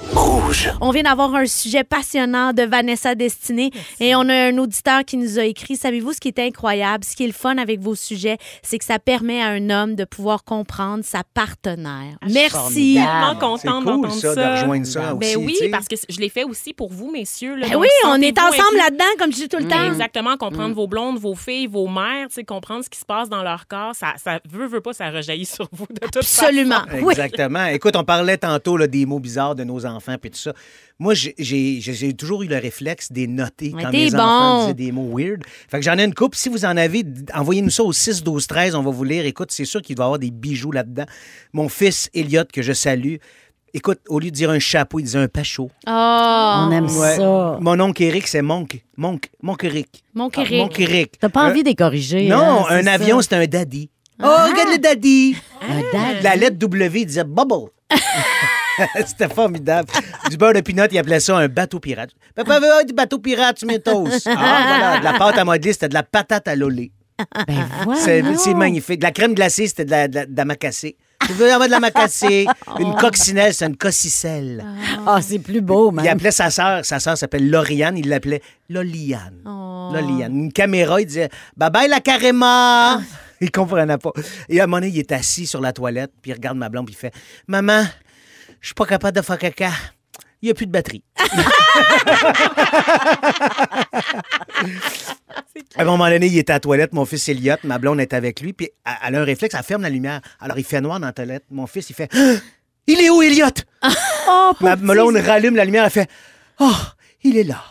C: On vient d'avoir un sujet passionnant de Vanessa Destinée et on a un auditeur qui nous a écrit Savez-vous ce qui est incroyable, ce qui est le fun avec vos sujets, c'est que ça permet à un homme de pouvoir comprendre sa partenaire. Merci.
I: Je suis tellement
B: c'est
I: contente
B: cool,
I: d'entendre
B: ça,
I: ça.
B: de rejoindre ça aussi.
I: Ben oui,
B: tu sais.
I: parce que c- je l'ai fait aussi pour vous, messieurs. là.
C: Ben
I: Donc,
C: oui, on est
I: sentez-vous
C: ensemble
I: inclus.
C: là-dedans, comme je dis tout le temps.
I: Exactement,
C: Mm.
I: comprendre vos blondes, vos filles, vos mères, tu sais, comprendre ce qui se passe dans leur corps, ça, ça veut, veut pas, ça rejaillit sur vous de toute façon.
C: Absolument. Oui.
B: Exactement. Écoute, on parlait tantôt là, des mots bizarres de nos enfants puis tout ça. Moi, j'ai- j'ai j'ai- j'ai toujours eu le réflexe des noter
C: Ouais,
B: quand
C: t'es
B: mes enfants
C: bon.
B: disaient des mots weird. Fait que j'en ai une coupe. Si vous en avez, d- envoyez-nous ça au 6 12 13. On va vous lire. Écoute, c'est sûr qu'il doit y avoir des bijoux là-dedans. Mon fils Elliot que je salue. Écoute, au lieu de dire un chapeau, il disait un pachot.
E: On
C: Oh,
E: aime ça.
B: Mon oncle Eric, c'est Monk. Monk. Monk Eric.
C: mon
B: Ah,
C: chéri.
B: Monk Eric.
E: T'as pas
B: Euh,
E: envie de les corriger.
B: Non,
E: hein,
B: un
E: c'est
B: avion,
E: ça.
B: c'est un daddy. Oh, regarde le daddy!
E: Un dad.
B: La lettre W disait bubble. C'était formidable. Du beurre de pinot, il appelait ça un bateau pirate. Papa veut du bateau pirate, tu m'étoses. Ah, voilà. De la pâte à modeler, c'était de la patate à lolé.
E: Ben voilà.
B: C'est c'est magnifique. De la crème glacée, c'était de la, de la- de la macassée. Tu veux avoir de la macassée? Une coccinelle, c'est une coccicelle.
E: Ah, c'est plus beau, man.
B: Il appelait sa sœur. Sa sœur s'appelle Lauriane. Il l'appelait Loliane. Loliane. Une caméra, il disait Bye bye la carréma. Il comprenait pas. Et à un moment donné, il est assis sur la toilette, puis il regarde ma blonde, puis il fait Maman, je suis pas capable de faire caca. Il n'y a plus de batterie. À un moment donné, il était à la toilette, mon fils Elliot, ma blonde est avec lui, puis elle a un réflexe, elle ferme la lumière. Alors il fait noir dans la toilette. Mon fils, il fait Ah! Il est où, Elliot? ma blonde rallume la lumière, elle fait Oh, il est là.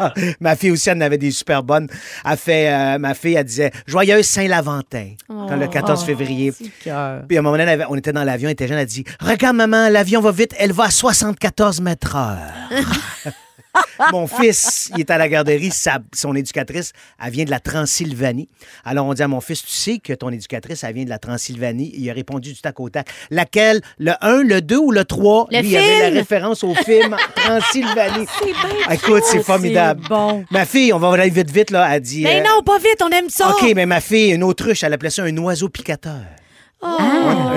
B: ma fille aussi, elle en avait des super bonnes. Elle fait, euh, ma fille, elle disait Joyeuse Saint-Laventin, quand le 14 février.
E: cœur.
B: Puis à un moment donné, elle avait- on était dans l'avion, elle était jeune, elle dit Regarde, maman, l'avion va vite, elle va à 74 mètres heure. Mon fils, il est à la garderie, sa- son éducatrice, elle vient de la Transylvanie. Alors on dit à mon fils, tu sais que ton éducatrice, elle vient de la Transylvanie. Il a répondu du tac au tac. Laquelle, le 1, le 2 ou le 3?
C: Le
B: Lui, il avait
C: film.
B: la référence au film Transylvanie. Écoute, c'est
E: cute.
B: formidable.
E: C'est bon.
B: Ma fille, on va aller vite, vite, là, elle dit...
C: Mais
B: euh,
C: non, pas vite, on aime ça.
B: OK, mais ma fille, une autruche, elle appelait ça un oiseau picateur. Ouais,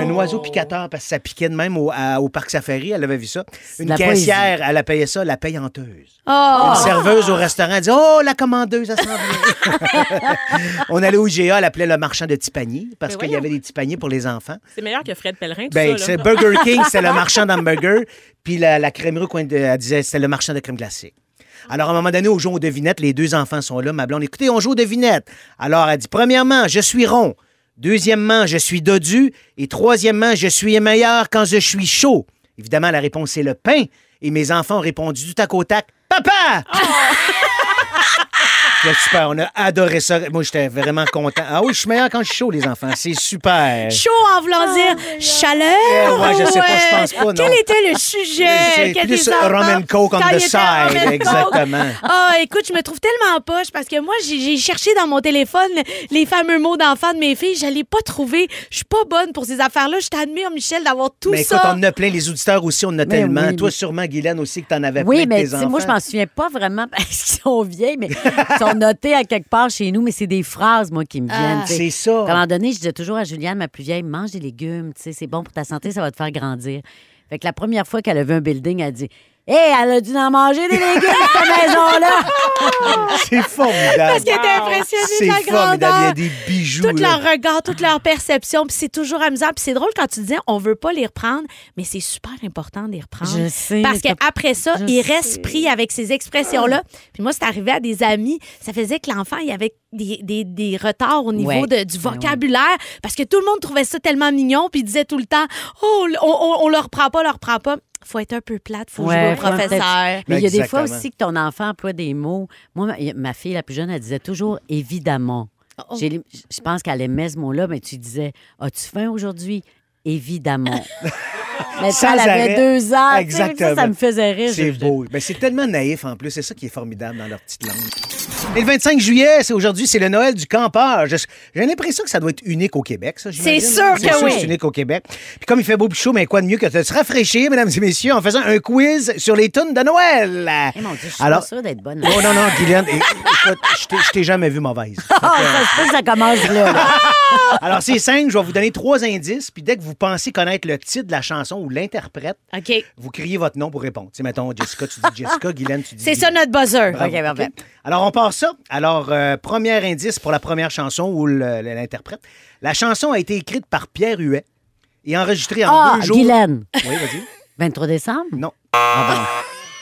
B: un oiseau picateur, parce que ça piquait de même au, à- au parc safari, elle avait vu ça. Une
E: la
B: caissière, elle appelait ça la payanteuse.
C: Oh.
B: Une serveuse au restaurant, elle disait Oh, la commandeuse, elle s'en vient. On allait au IGA, elle appelait le marchand de petits paniers, parce
I: Mais
B: qu'il y
I: voyons.
B: avait des petits paniers pour les enfants.
I: C'est meilleur que Fred Pellerin, tout
B: Ben,
I: ça.
B: c'est
I: là.
B: Burger King, c'est le marchand d'hamburger. Puis la, la crèmerie, au coin de, elle disait, c'est le marchand de crème glacée. Alors, à un moment donné, on joue aux devinettes. Les deux enfants sont là. Ma blonde, écoutez, on joue aux devinettes. Alors, elle dit, premièrement, je suis rond. Deuxièmement, je suis dodu. Et troisièmement, je suis meilleur quand je suis chaud. Évidemment, la réponse est le
E: Oh!
B: pain. Et mes enfants ont répondu du tac au tac, papa! C'est super. On a adoré ça. Moi, j'étais vraiment content. Ah oui, je suis meilleur quand je suis chaud, les enfants. C'est super.
C: Chaud en voulant dire chaleur.
B: Ouais, je sais pas, je pense pas, non.
C: Quel était le sujet?
B: C'est
C: Quel
B: plus
C: des enfants?
B: rum and coke on
C: Quand
B: the
C: il était rum
B: side,
C: and coke.
B: exactement.
C: Ah, écoute, je me trouve tellement poche parce que moi, j'ai- j'ai cherché dans mon téléphone les fameux mots d'enfants de mes filles. Je l'ai pas trouvé. Je suis pas bonne pour ces affaires-là. Je t'admire, Michel, d'avoir tout
B: Mais écoute,
C: ça.
B: on en a plein. Les auditeurs aussi, on en a tellement.
E: oui,
B: Toi,
E: mais-
B: sûrement, Guylaine aussi, que t'en avais
E: Oui,
B: plein
E: mais
B: de
E: tu
B: tes
E: sais,
B: enfants.
E: moi, je m'en souviens pas vraiment parce qu'ils sont vieilles, mais ils sont notés à quelque part chez nous, mais c'est des phrases, moi, qui me viennent. tu sais.
B: Ah. C'est ça.
E: À un moment donné, je disais toujours à Juliane, ma plus vieille, mange des légumes, tu sais, c'est bon pour ta santé, ça va te faire grandir. Fait que la première fois qu'elle a vu un building, elle a dit Hé, elle a dû en manger des légumes, cette maison-là!
B: C'est formidable.
C: Parce qu'elle était impressionnée
B: C'est
C: de la
B: formidable. Il y a
C: grandeur.
B: des bijoux.
C: Tout
B: là.
C: leur regard, toute leur perception, puis c'est toujours amusant. Puis c'est drôle quand tu dis on veut pas les reprendre, mais c'est super important de les reprendre.
E: Je sais,
C: Parce
E: t'as-
C: qu'après ça,
E: je
C: ils
E: sais.
C: restent pris avec ces expressions-là. Puis moi, c'est arrivé à des amis, ça faisait que l'enfant, il avait des, des, des retards au niveau
E: Ouais.
C: de- du
E: Ben ouais.
C: vocabulaire parce que tout le monde trouvait ça tellement mignon, puis il disait tout le temps oh, on, on, on leur prend pas, on leur prend pas. Faut être un peu plate, faut jouer au
E: Ouais, faut
C: professeur.
E: peut-être- Mais il y a des fois
B: Exactement.
E: aussi que ton enfant emploie des mots. Moi, ma, ma fille, la plus jeune, elle disait toujours évidemment.
C: Oh.
E: J'ai les- Je pense qu'elle aimait ce mot-là, mais tu disais As-tu faim aujourd'hui Évidemment. mais ça,
B: Sans
E: elle avait
B: arrêt.
E: deux ans. tu sais, Ça,
B: Exactement.
E: ça me faisait rire.
B: C'est
E: je-
B: beau. Mais c'est tellement naïf en plus. C'est ça qui est formidable dans leur petite langue. Et le 25 juillet, c'est aujourd'hui, c'est le Noël du campeur. Je- J'ai l'impression que ça doit être unique au Québec, ça. j'imagine.
C: C'est sûr que oui.
B: C'est unique au Québec. Puis comme il fait beau plus chaud, mais quoi de mieux que de se rafraîchir, mesdames et messieurs, en faisant un quiz sur les tunes de Noël.
E: Eh, mon Dieu, je suis
B: Alors,
E: pas sûre d'être bonne.
B: non, non, non, Guylaine, é- écoute, je t'ai- je t'ai jamais vu mauvaise.
E: Ah, ça se peut que ça commence là. là.
B: Alors, c'est simple, je vais vous donner trois indices, puis dès que vous pensez connaître le titre de la chanson ou l'interprète,
C: OK.
B: vous criez votre nom pour répondre. Tu sais, mettons, Jessica, tu dis Jessica, Guylaine, tu dis...
C: C'est ça notre buzzer.
B: Bravo.
E: OK, parfait.
B: OK. Alors, on part ça. Alors, euh, premier indice pour la première chanson ou le- le- l'interprète. La chanson a été écrite par Pierre Huet et enregistrée en
E: Ah,
B: deux jours.
E: Guylaine.
B: Oui, vas-y.
E: 23 décembre?
B: Non.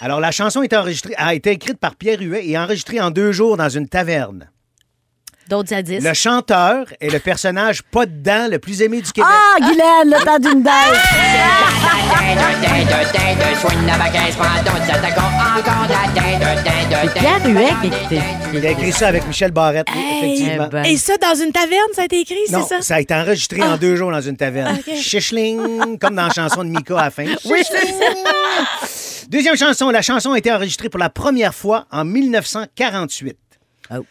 B: Alors, la chanson est enregistrée, a été écrite par Pierre Huet et enregistrée en deux jours dans une taverne.
C: D'autres indices.
B: Le chanteur est le personnage pas dedans le plus aimé du Québec.
E: Ah, Guylaine, le temps d'une date. Pierre Huet qui était-
B: Il a écrit ça avec Michel Barrette, oui, effectivement.
E: Eh ben. Ah.
C: Et ça, dans une taverne, ça a été écrit, c'est
B: Non,
C: ça?
B: ça a été enregistré en deux jours dans une taverne. Chichling, comme dans la chanson de Mika à la fin. Chichling. Deuxième chanson, la chanson a été enregistrée pour la première fois en 1948.
E: Oh.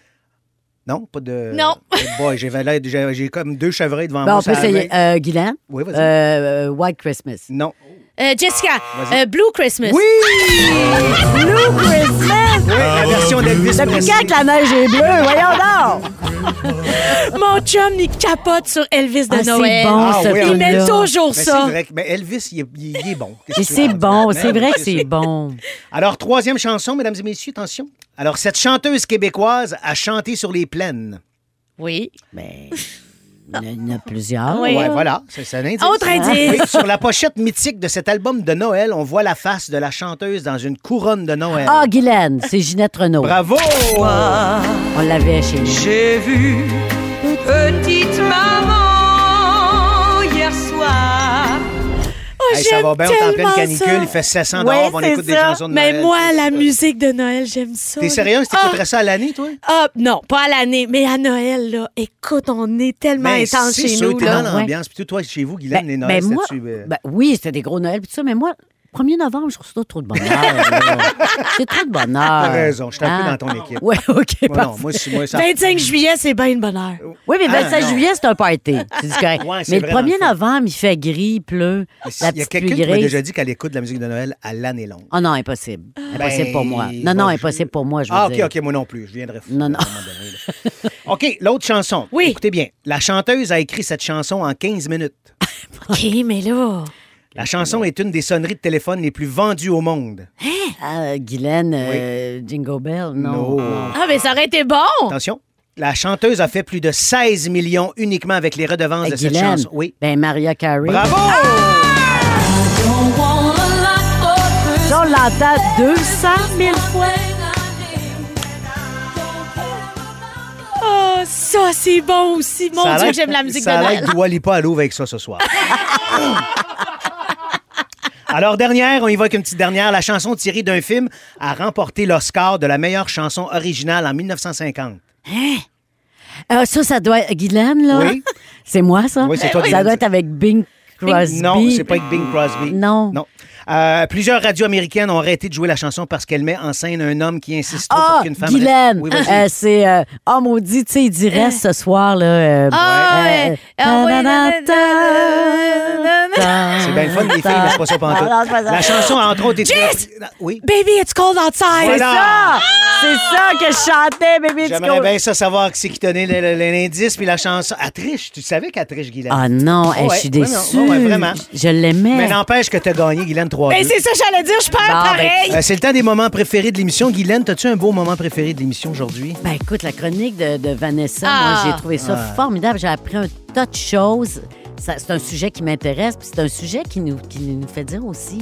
B: Non, pas de.
C: Non.
B: Oh boy, j'ai valé- j'ai j'ai comme deux chevreuils devant
E: Bon,
B: moi.
E: on peut
B: ça
E: essayer.
B: arrive.
E: Euh, Guylaine?
B: Oui, vas-y.
E: Euh, euh, White Christmas.
B: Non.
C: Euh, Jessica, euh, Blue Christmas.
B: Ah, Oui!
E: Blue Christmas!
B: Oui, la version d'Elvis
E: Depuis
B: Presley.
E: quand que la neige est bleue? Voyons donc!
C: Mon chum, il capote sur Elvis de
E: Ah, c'est
C: Noël.
E: bon,
B: Ah,
E: ce
B: oui,
C: il
B: on
E: film-là.
C: met toujours
B: Mais
C: ça.
B: c'est vrai que- mais Elvis, il est, il est- il est bon. Qu'est-ce
E: Mais
B: que tu veux
E: c'est
B: en
E: bon,
B: dire?
E: c'est
B: Mais
E: vrai
B: oui,
E: que c'est bon.
B: Alors, troisième chanson, mesdames et messieurs, attention. Alors, cette chanteuse québécoise a chanté sur les plaines.
C: Oui.
E: Mais il y en a- il y en a plusieurs.
C: Oui.
B: Ouais, voilà, c'est c'est un indice.
C: Autre
E: Ah.
C: indice.
B: Oui, sur la pochette mythique de cet album de Noël, on voit la face de la chanteuse dans une couronne de Noël.
E: Ah, Guylaine, c'est Ginette Renault.
B: Bravo!
E: On l'avait chez nous.
J: J'ai vu petite maman hier soir.
C: Oh,
B: Hey, ça
C: j'aime
B: va bien, on est en pleine
C: tellement
B: canicule,
C: ça.
B: il fait 700
E: Ouais,
B: dehors, on
E: c'est
B: écoute des
E: ça.
B: chansons de Noël.
C: Mais moi, Ah. la musique de Noël, j'aime ça.
B: T'es sérieux? T'écouterais ça à l'année, toi?
C: Ah, non, pas à l'année, mais à Noël, là. Écoute, on est tellement
B: Mais
C: intense
B: Ben, c'est
C: chez
B: sûr,
C: nous,
B: t'es
C: là.
B: dans l'ambiance. Puis toi, toi, chez vous, Guylaine, les Noëls,
E: Ben, moi,
B: c'était-tu, euh,
E: ben oui, c'était des gros Noël, puis tout ça, mais moi, 1er novembre, je trouve ça trop de bonheur. là. c'est trop de bonheur.
B: T'as raison, je suis un peu dans ton équipe.
E: Oui, OK,
B: Moi, non,
E: parfait.
B: moi, si- moi, ça...
C: 25 juillet, c'est bien une bonne heure.
E: Oui, mais
B: Ah,
E: 25
B: non.
E: juillet, c'est un party. C'est du correct.
B: Ouais, c'est
E: mais le
B: vrai, dans le
E: 1er
B: fond.
E: novembre, il fait gris, il pleut.
B: Mais si-
E: la
B: Il y a
E: petite
B: quelqu'un qui
E: pluie
B: m'a
E: grise.
B: déjà dit qu'elle écoute de la musique de Noël à l'année longue.
E: Oh non, impossible. Impossible
B: Ben,
E: pour moi. Non, non,
B: moi, je-
E: impossible pour moi, je veux
B: Ah, OK,
E: dire.
B: OK, moi non plus. Je viendrai fou.
E: Non, non.
B: à un moment donné, là. OK, l'autre chanson.
C: Oui.
B: Écoutez bien. La chanteuse a écrit cette chanson en 15 minutes.
C: OK, mais là...
B: La chanson est une des sonneries de téléphone les plus vendues au monde.
E: Ah, Guylaine, euh, Jingle Bell, non. Ben, non.
C: Ah, mais ça aurait été bon!
B: Attention. La chanteuse a fait plus de 16 millions uniquement avec les redevances
E: Ben,
B: de cette
E: Guylaine,
B: chanson. Oui.
E: ben Maria Carey.
B: Bravo!
E: Ça, on l'entend 200 000 fois. Oh,
C: Ah, ça, c'est bon aussi. Mon
B: Ça a
C: Dieu,
B: l'air-
C: j'aime la musique de
B: Ça a l'air
C: Noël.
B: que Dua Lipa à l'ouvre avec ça ce soir. Alors, dernière, on évoque une petite dernière. La chanson tirée d'un film a remporté l'Oscar de la meilleure chanson originale en 1950.
E: Euh, ça, ça doit être Guylaine, là.
B: Oui.
E: C'est moi, ça?
B: Oui, c'est toi,
E: Ça
B: Guylaine.
E: doit être avec Bing Crosby.
B: Non, c'est pas avec Bing Crosby.
E: Non.
B: Non. Euh, plusieurs radios américaines ont arrêté de jouer la chanson parce qu'elle met en scène un homme qui insiste trop
E: Ah,
B: pour qu'une femme.
E: Guylaine!
B: Oui, vas-y. Hein?
E: Euh, c'est... euh, oh, maudit, tu sais, il dit reste ce soir, là. euh,
C: Ah,
E: euh,
C: ouais.
E: euh,
C: Ah, ouais,
E: ta-da-da-da, ta-da-da.
B: C'est bien le fun des filles,
E: Ta-
B: mais c'est pas ça pantoute.
E: Non, c'est pas ça.
B: La chanson, entre autres, est...
E: Jess!
B: Oui.
C: Baby, it's cold outside.
E: C'est
B: Voilà.
E: ça! Ah, C'est ça que je chantais, bébé. tu
B: J'aimerais
E: comprends?
B: bien ça savoir qui c'est qui tenait le- le- l'indice puis la chanson. Elle triche. Tu savais qu'elle triche, Guylaine.
E: Ah non, hey,
B: Ouais,
E: je suis
B: ouais, non,
E: déçue.
B: ouais, ouais, vraiment.
E: Je l'aimais.
B: Mais n'empêche que t'as gagné, Guylaine, 3
I: Ben, c'est ça, j'allais dire, je perds
E: Bon, ben,
I: pareil.
B: C'est le temps des moments préférés de l'émission. Guylaine, as-tu un beau moment préféré de l'émission aujourd'hui?
E: Ben écoute, la chronique de, de Vanessa,
C: Ah.
E: moi j'ai trouvé ça formidable. J'ai appris un tas de choses. Ça, C'est un sujet qui m'intéresse, puis c'est un sujet qui nous, qui nous fait dire aussi,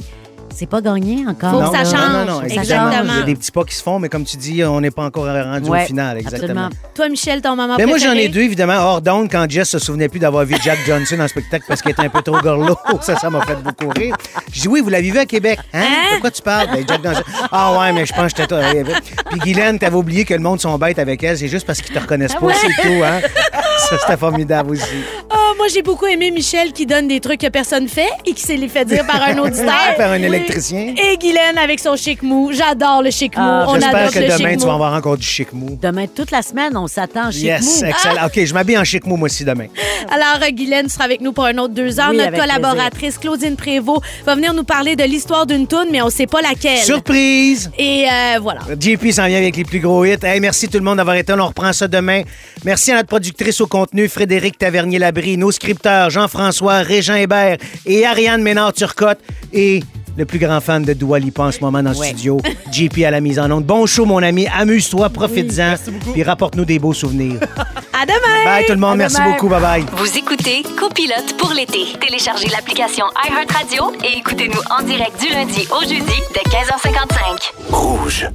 E: c'est pas gagné encore.
C: Faut que
E: là.
C: ça change.
B: Non, non, non,
C: Ça
B: exactement.
C: change.
B: Il y a des petits pas qui se font, mais comme tu dis, on n'est pas encore rendu
E: Ouais,
B: au final. Exactement.
E: absolument.
C: Toi, Michel, ton maman
B: Mais Ben, moi, j'en
C: préférée?
B: ai deux, évidemment. Hors d'onde, quand Jess se souvenait plus d'avoir vu Jack Johnson en spectacle parce qu'il était un peu trop gorlot. Ça, ça m'a fait beaucoup rire. J'ai dit, oui, vous l'avez vu à Québec. Hein? De quoi tu parles? Ben, Jack Johnson. Ah ouais, mais je pense que j'étais toi. Puis Guylaine, t'avais oublié que le monde sont bêtes avec elle. C'est juste parce qu'ils te reconnaissent pas, c'est tout. Hein? Ça, c'était formidable aussi.
C: Ah, moi, j'ai beaucoup aimé Michel qui donne des trucs que personne fait et qui s'est les fait dire par un auditeur.
B: Par un électricien.
C: Et Guylaine avec son chic mou. J'adore le chic mou.
E: Ah,
C: On
B: J'espère
C: adore
B: que
C: le
B: demain,
C: chic
B: tu vas
C: mou.
B: avoir encore du chic mou.
E: Demain, toute la semaine, on s'attend chez
B: Yes,
E: nous.
C: Ah!
B: excellent. OK, je m'habille en chic mou, moi aussi, demain.
C: Alors, euh, Guylaine sera avec nous pour un autre deux heures.
E: Ah Oui,
C: Notre
E: avec
C: collaboratrice Claudine Prévost va venir nous parler de l'histoire d'une toune, mais on sait pas laquelle.
B: Surprise!
C: Et euh, voilà.
B: JP s'en vient avec les plus gros hits. Hey, merci tout le monde d'avoir été là. On reprend ça demain. Merci à notre productrice au contenu, Frédéric Tavernier-Labrie, nos scripteurs, Jean-François, Régent Hébert et Ariane Ménard-Turcotte et le plus grand fan de Dua Lipa en ce moment dans le studio, JP à la mise en onde. Bon show, mon ami. Amuse-toi, profite-en, puis rapporte-nous des beaux souvenirs.
C: À demain!
B: bye tout le monde. Merci beaucoup. Bye-bye.
G: Vous écoutez Copilote pour l'été. Téléchargez l'application iHeartRadio et écoutez-nous en direct du lundi au jeudi de 15h55.
K: Rouge.